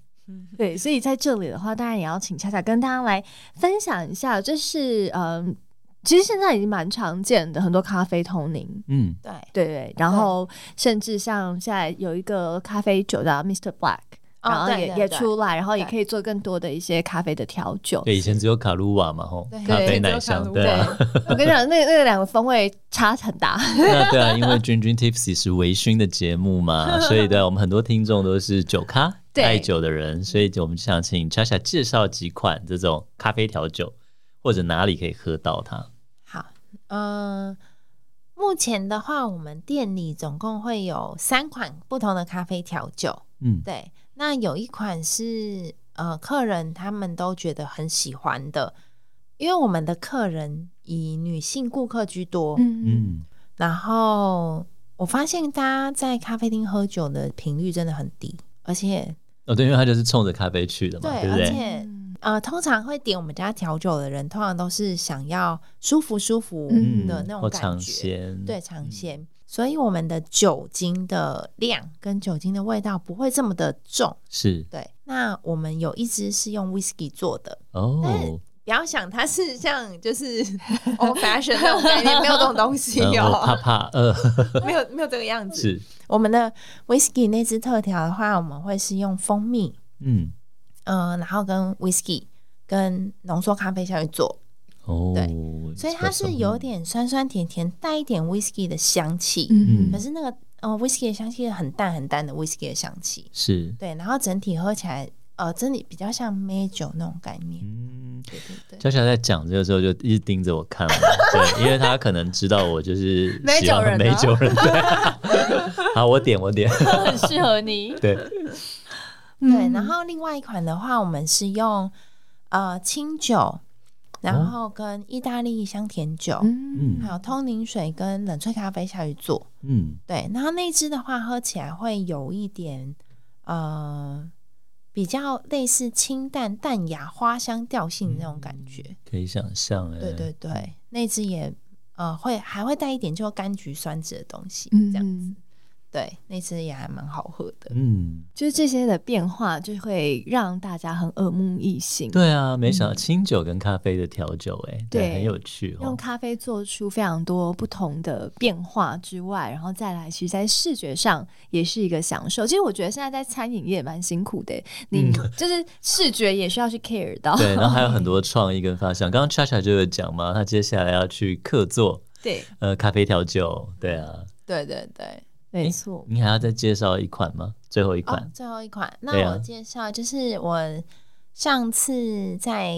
[SPEAKER 1] 对，所以在这里的话，当然也要请恰恰跟大家来分享一下，就是嗯，其实现在已经蛮常见的很多咖啡通灵。
[SPEAKER 2] 嗯，
[SPEAKER 3] 对，哦
[SPEAKER 1] 对对，然后甚至像现在有一个咖啡酒的 Mr. Black，、
[SPEAKER 3] 哦
[SPEAKER 1] 然后
[SPEAKER 3] 对
[SPEAKER 1] 也
[SPEAKER 3] 对
[SPEAKER 1] 也
[SPEAKER 3] 对
[SPEAKER 1] 出来，然后也
[SPEAKER 3] 对
[SPEAKER 1] 可以做更多的一些咖啡的调酒。
[SPEAKER 2] 对，以前只有卡鲁瓦嘛，吼，
[SPEAKER 3] 对
[SPEAKER 2] 咖啡奶
[SPEAKER 4] 只
[SPEAKER 2] 香，
[SPEAKER 4] 有卡鲁瓦
[SPEAKER 2] 对啊，
[SPEAKER 1] 我跟你讲，那那两个风味差很大。
[SPEAKER 2] 那对啊，因为君君 Tipsy 是微醺的节目 嘛，所以对啊、我们很多听众都是酒咖、
[SPEAKER 1] 对
[SPEAKER 2] 爱酒的人，所以我们想请 Chacha 介绍几款这种咖啡调酒，或者哪里可以喝到它。
[SPEAKER 3] 好，嗯、目前的话，我们店里总共会有三款不同的咖啡调酒。
[SPEAKER 2] 嗯，
[SPEAKER 3] 对，那有一款是呃，客人他们都觉得很喜欢的，因为我们的客人以女性顾客居多。
[SPEAKER 1] 嗯
[SPEAKER 2] 嗯，
[SPEAKER 3] 然后我发现大家在咖啡厅喝酒的频率真的很低，而且
[SPEAKER 2] 哦，对，因为它就是冲着咖啡去的嘛，
[SPEAKER 3] 对
[SPEAKER 2] 对不
[SPEAKER 3] 而
[SPEAKER 2] 对？
[SPEAKER 3] 且呃，通常会点我们家调酒的人，通常都是想要舒服舒服
[SPEAKER 1] 嗯
[SPEAKER 3] 的那种
[SPEAKER 2] 或
[SPEAKER 3] 感
[SPEAKER 2] 尝
[SPEAKER 3] 觉，
[SPEAKER 2] 鲜，嗯
[SPEAKER 3] 对，尝鲜。所以我们的酒精的量跟酒精的味道不会这么的重，
[SPEAKER 2] 是
[SPEAKER 3] 对。那我们有一支是用 whisky 做的，哎
[SPEAKER 2] 哦，
[SPEAKER 3] 不要想它是像就是
[SPEAKER 4] old fashion 那种概念，没有这种东西
[SPEAKER 2] 然后怕
[SPEAKER 4] 哦，
[SPEAKER 2] 嗯怕饿，
[SPEAKER 4] 没有没有这个样子。
[SPEAKER 2] 是，
[SPEAKER 3] 我们的 whisky 那支特调的话，我们会是用蜂蜜，
[SPEAKER 2] 嗯，
[SPEAKER 3] 嗯、然后跟 whisky 跟浓缩咖啡下去做，
[SPEAKER 2] 哦，
[SPEAKER 3] 对所以它是有
[SPEAKER 2] 点
[SPEAKER 3] 点酸酸甜甜，带一点 whisky 的香气。
[SPEAKER 2] 嗯
[SPEAKER 3] 可是那个呃 whisky 的香气很淡很淡的 whisky 的香气，
[SPEAKER 2] 是，
[SPEAKER 3] 对，然后整体喝起来呃，真的比较像美酒那种概念，
[SPEAKER 2] 嗯。
[SPEAKER 3] 对对对。
[SPEAKER 2] 小小在讲这个时候就一直盯着我看嘛，对，因为他可能知道我 就是喜欢
[SPEAKER 3] 啊
[SPEAKER 2] 喝美酒人，对、好，我点我 点，
[SPEAKER 1] 很适合你。
[SPEAKER 2] 对，
[SPEAKER 3] 对，
[SPEAKER 1] 嗯
[SPEAKER 3] 然后另外一款的话，我们是用呃清酒，然后跟意大利香甜酒，
[SPEAKER 1] 哦嗯
[SPEAKER 2] 嗯
[SPEAKER 3] 还有通灵水跟冷萃咖啡下去做。
[SPEAKER 2] 嗯，
[SPEAKER 3] 对，然后那支的话喝起来会有一点呃比较类似清淡淡雅花香调性的那种
[SPEAKER 1] 嗯
[SPEAKER 3] 感觉。
[SPEAKER 2] 可以想象哎，
[SPEAKER 3] 对对对，那支也呃会还会带一点就柑橘酸质的东西，
[SPEAKER 1] 嗯
[SPEAKER 3] 这样子。
[SPEAKER 1] 嗯
[SPEAKER 3] 对，那次也还蛮好喝的。
[SPEAKER 2] 嗯，
[SPEAKER 1] 就是这些的变化，就会让大家很耳目一新。
[SPEAKER 2] 对啊，没
[SPEAKER 3] 嗯
[SPEAKER 2] 想到清酒跟咖啡的调酒、欸，哎，对，
[SPEAKER 1] 对
[SPEAKER 2] 很有趣
[SPEAKER 1] 用
[SPEAKER 2] 哦。
[SPEAKER 1] 咖啡做出非常多不同的变化之外，然后再来，其实，在视觉上也是一个享受。其实我觉得现在在餐饮业蛮辛苦的，欸你就是 视觉也需要去 care 到。
[SPEAKER 2] 嗯对，然后还有很多创意跟发想。刚刚 Cha Cha 就有讲嘛，他接下来要去客座，
[SPEAKER 3] 对，
[SPEAKER 2] 呃，咖啡调酒。对啊，
[SPEAKER 3] 对对对。
[SPEAKER 1] 没错，
[SPEAKER 2] 你还要再介绍一款吗？最后一
[SPEAKER 3] 哦
[SPEAKER 2] 款，，
[SPEAKER 3] 最后一款，
[SPEAKER 2] 对
[SPEAKER 3] 那
[SPEAKER 2] 啊
[SPEAKER 3] 我介绍就是我上次在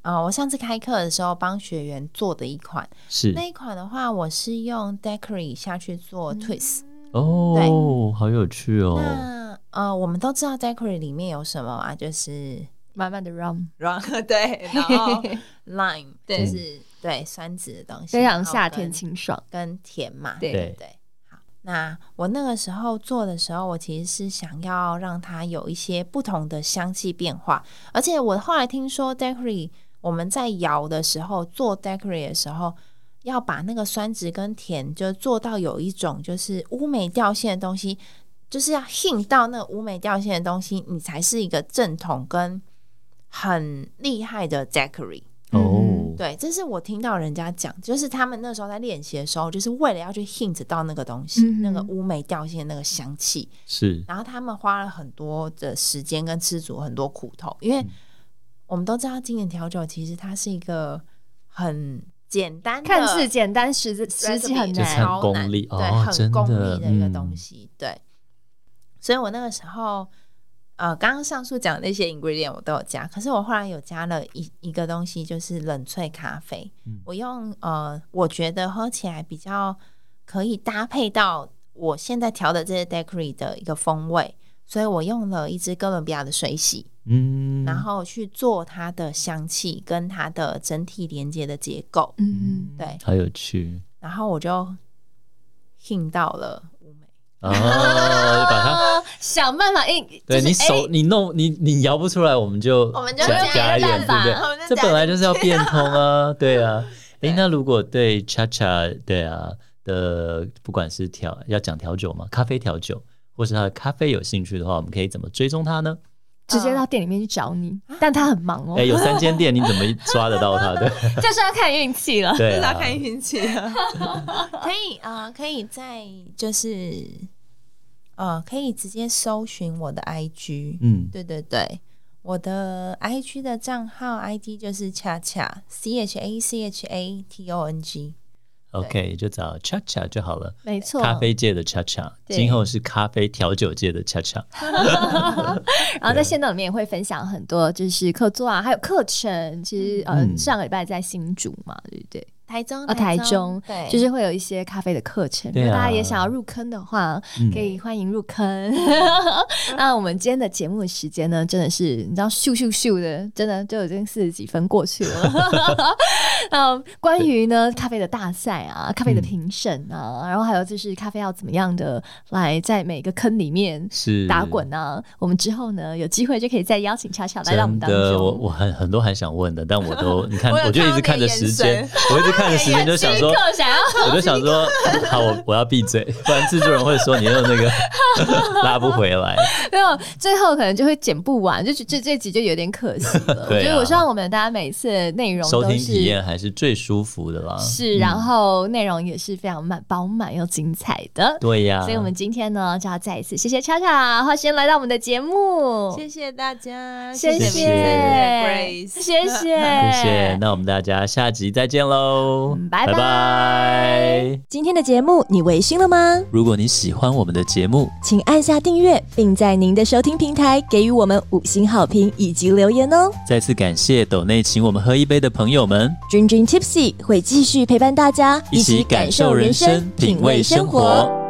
[SPEAKER 3] 呃，我上次开课的时候帮学员做的一款，
[SPEAKER 2] 是
[SPEAKER 3] 那一款的话，我是用 Daiquiri 下去
[SPEAKER 1] 嗯
[SPEAKER 3] 做 twist。
[SPEAKER 2] 哦，好有趣哦。
[SPEAKER 3] 那呃，我们都知道 Daiquiri 里面有什么啊？就是
[SPEAKER 1] 慢慢的 rum
[SPEAKER 4] 然后对，然后
[SPEAKER 3] lime，
[SPEAKER 4] 对
[SPEAKER 3] 就是对酸质的东西，
[SPEAKER 1] 非常
[SPEAKER 3] 然后
[SPEAKER 1] 夏天
[SPEAKER 3] 跟
[SPEAKER 1] 清爽。
[SPEAKER 3] 跟甜嘛，
[SPEAKER 1] 对
[SPEAKER 2] 对
[SPEAKER 3] 对。好，那我那个时候做的时候，我其实是想要让它有一些不同的香气变化，而且我后来听说 daiquiri 我们在摇的时候做 daiquiri 的时候。要把那个酸质跟甜，就做到有一种就是乌梅掉线的东西，就是要 hint 到那个乌梅掉线的东西，你才是一个正统跟很厉害的 daiquiri。
[SPEAKER 2] 哦，
[SPEAKER 3] 对，这是我听到人家讲，就是他们那时候在练习的时候，就是为了要去 hint 到那个东西，
[SPEAKER 1] 嗯哼
[SPEAKER 3] 那个乌梅掉线的那个香气，
[SPEAKER 2] 是
[SPEAKER 3] 然后他们花了很多的时间跟吃足很多苦头，因为我们都知道经典调酒其实它是一个很简单的，
[SPEAKER 1] 看似简单，实际实际很
[SPEAKER 2] 就
[SPEAKER 1] 难
[SPEAKER 2] 是。很
[SPEAKER 3] 超
[SPEAKER 2] 功
[SPEAKER 3] 难
[SPEAKER 2] 利
[SPEAKER 3] 对，
[SPEAKER 2] 哦真
[SPEAKER 3] 很功
[SPEAKER 2] 的
[SPEAKER 3] 利的一个
[SPEAKER 2] 嗯
[SPEAKER 3] 东西，对。所以我那个时候，呃，刚刚上述讲的那些 ingredient 我都有加，可是我后来有加了一一个东西，就是冷萃咖啡。
[SPEAKER 2] 嗯
[SPEAKER 3] 我用呃，我觉得喝起来比较可以搭配到我现在调的这些 daiquiri 的一个风味，所以我用了一支哥伦比亚的水洗，
[SPEAKER 2] 嗯，
[SPEAKER 3] 然后去做它的香气跟它的整体连接的结构。
[SPEAKER 1] 嗯，
[SPEAKER 3] 对，
[SPEAKER 2] 好有趣
[SPEAKER 3] 然后我就 hint 到了乌梅，
[SPEAKER 2] 哦，就把它。
[SPEAKER 1] 呃，想办法硬，就
[SPEAKER 2] 对
[SPEAKER 1] 是
[SPEAKER 2] 你手
[SPEAKER 1] 哎
[SPEAKER 2] 你弄你你摇不出来，我们就
[SPEAKER 3] 我们就
[SPEAKER 2] 加加
[SPEAKER 3] 加
[SPEAKER 2] 一点，
[SPEAKER 1] 办
[SPEAKER 2] 对
[SPEAKER 1] 法
[SPEAKER 2] 不
[SPEAKER 4] 我们
[SPEAKER 2] 对？
[SPEAKER 4] 就
[SPEAKER 2] 这
[SPEAKER 4] 加
[SPEAKER 2] 本来就是要变通啊，对啊。诶，那如果对 Cha Cha 对啊的，不管是调要讲调酒嘛，咖啡调酒，或是他的咖啡有兴趣的话，我们可以怎么追踪他呢？
[SPEAKER 1] 直接到店里面去找你，但他很忙哦
[SPEAKER 2] 诶，，有三间店，你怎么抓得到他？对
[SPEAKER 1] 就是要看运气了。
[SPEAKER 2] 对
[SPEAKER 4] 大
[SPEAKER 2] 啊
[SPEAKER 4] 家，看运气啊。
[SPEAKER 3] 可以呃，可以在就是呃，可以直接搜寻我的 IG，、
[SPEAKER 2] 嗯，
[SPEAKER 3] 对对对，我的 IG 的账号 ID 就是恰恰 C H A C H A T O N G，
[SPEAKER 2] OK，就找 Cha Cha 就好了。
[SPEAKER 1] 没错，
[SPEAKER 2] 咖啡界的 Cha Cha，
[SPEAKER 1] 嗯对
[SPEAKER 2] 今后是咖啡调酒界的 Cha Cha。
[SPEAKER 1] 然后在线动里面也会分享很多，就是客座啊，还有课程。其实，呃，
[SPEAKER 2] 嗯
[SPEAKER 1] 上个礼拜在新竹嘛，对不对？
[SPEAKER 3] 台中
[SPEAKER 1] 啊，台中
[SPEAKER 3] 中，对，
[SPEAKER 1] 就是会有一些咖啡的课程。如
[SPEAKER 2] 对啊
[SPEAKER 1] 果大家也想要入坑的话
[SPEAKER 2] 嗯，
[SPEAKER 1] 可以欢迎入坑。 那我们今天的节目的时间呢，真的是你知道，咻咻咻的，真的就已经四十几分过去了。 那关于呢咖啡的大赛啊，咖啡的
[SPEAKER 2] 嗯
[SPEAKER 1] 评审啊，然后还有就是咖啡要怎么样的来在每个坑里面
[SPEAKER 2] 是
[SPEAKER 1] 打滚啊！我们之后呢，有机会就可以再邀请恰恰来
[SPEAKER 2] 真
[SPEAKER 1] 到我们当中。
[SPEAKER 2] 的，我我很很多还想问的，但我 都你看，
[SPEAKER 4] 我有
[SPEAKER 2] 我就一直看着时间，我一直看着时间，就想 说，
[SPEAKER 1] 哎刻想要
[SPEAKER 2] 我就想说， 好，我我要闭嘴，不然制作人会说你又 那个拉不回来。
[SPEAKER 1] 没有，最后可能就会剪不完，就这这这集就有点可惜 了。我
[SPEAKER 2] 对啊
[SPEAKER 1] 觉得我希望我们大家每次的内容
[SPEAKER 2] 收
[SPEAKER 1] 都
[SPEAKER 2] 听体
[SPEAKER 1] 是
[SPEAKER 2] 验嗯还是最舒服的啦。
[SPEAKER 1] 是，然后内容也是非常满饱满又精彩的。
[SPEAKER 2] 对啊呀，
[SPEAKER 1] 所以，我们今天呢，就要再一次谢谢恰恰花仙来到我们的节目，
[SPEAKER 4] 谢谢大家，
[SPEAKER 1] 谢
[SPEAKER 4] 谢
[SPEAKER 2] 谢谢
[SPEAKER 4] Grace
[SPEAKER 1] 谢谢，
[SPEAKER 2] 谢谢，那我们大家下集再见喽，
[SPEAKER 1] 嗯拜拜
[SPEAKER 2] 拜。
[SPEAKER 5] 今天的节目你微醺了吗？
[SPEAKER 2] 如果你喜欢我们的节目，
[SPEAKER 5] 请按下订阅，并在您的收听平台给予我们五星好评以及留言哦。
[SPEAKER 2] 再次感谢斗内请我们喝一杯的朋友们，
[SPEAKER 5] 君君 Tipsy 会继续陪伴大家，
[SPEAKER 2] 一起感受人生，品味生活。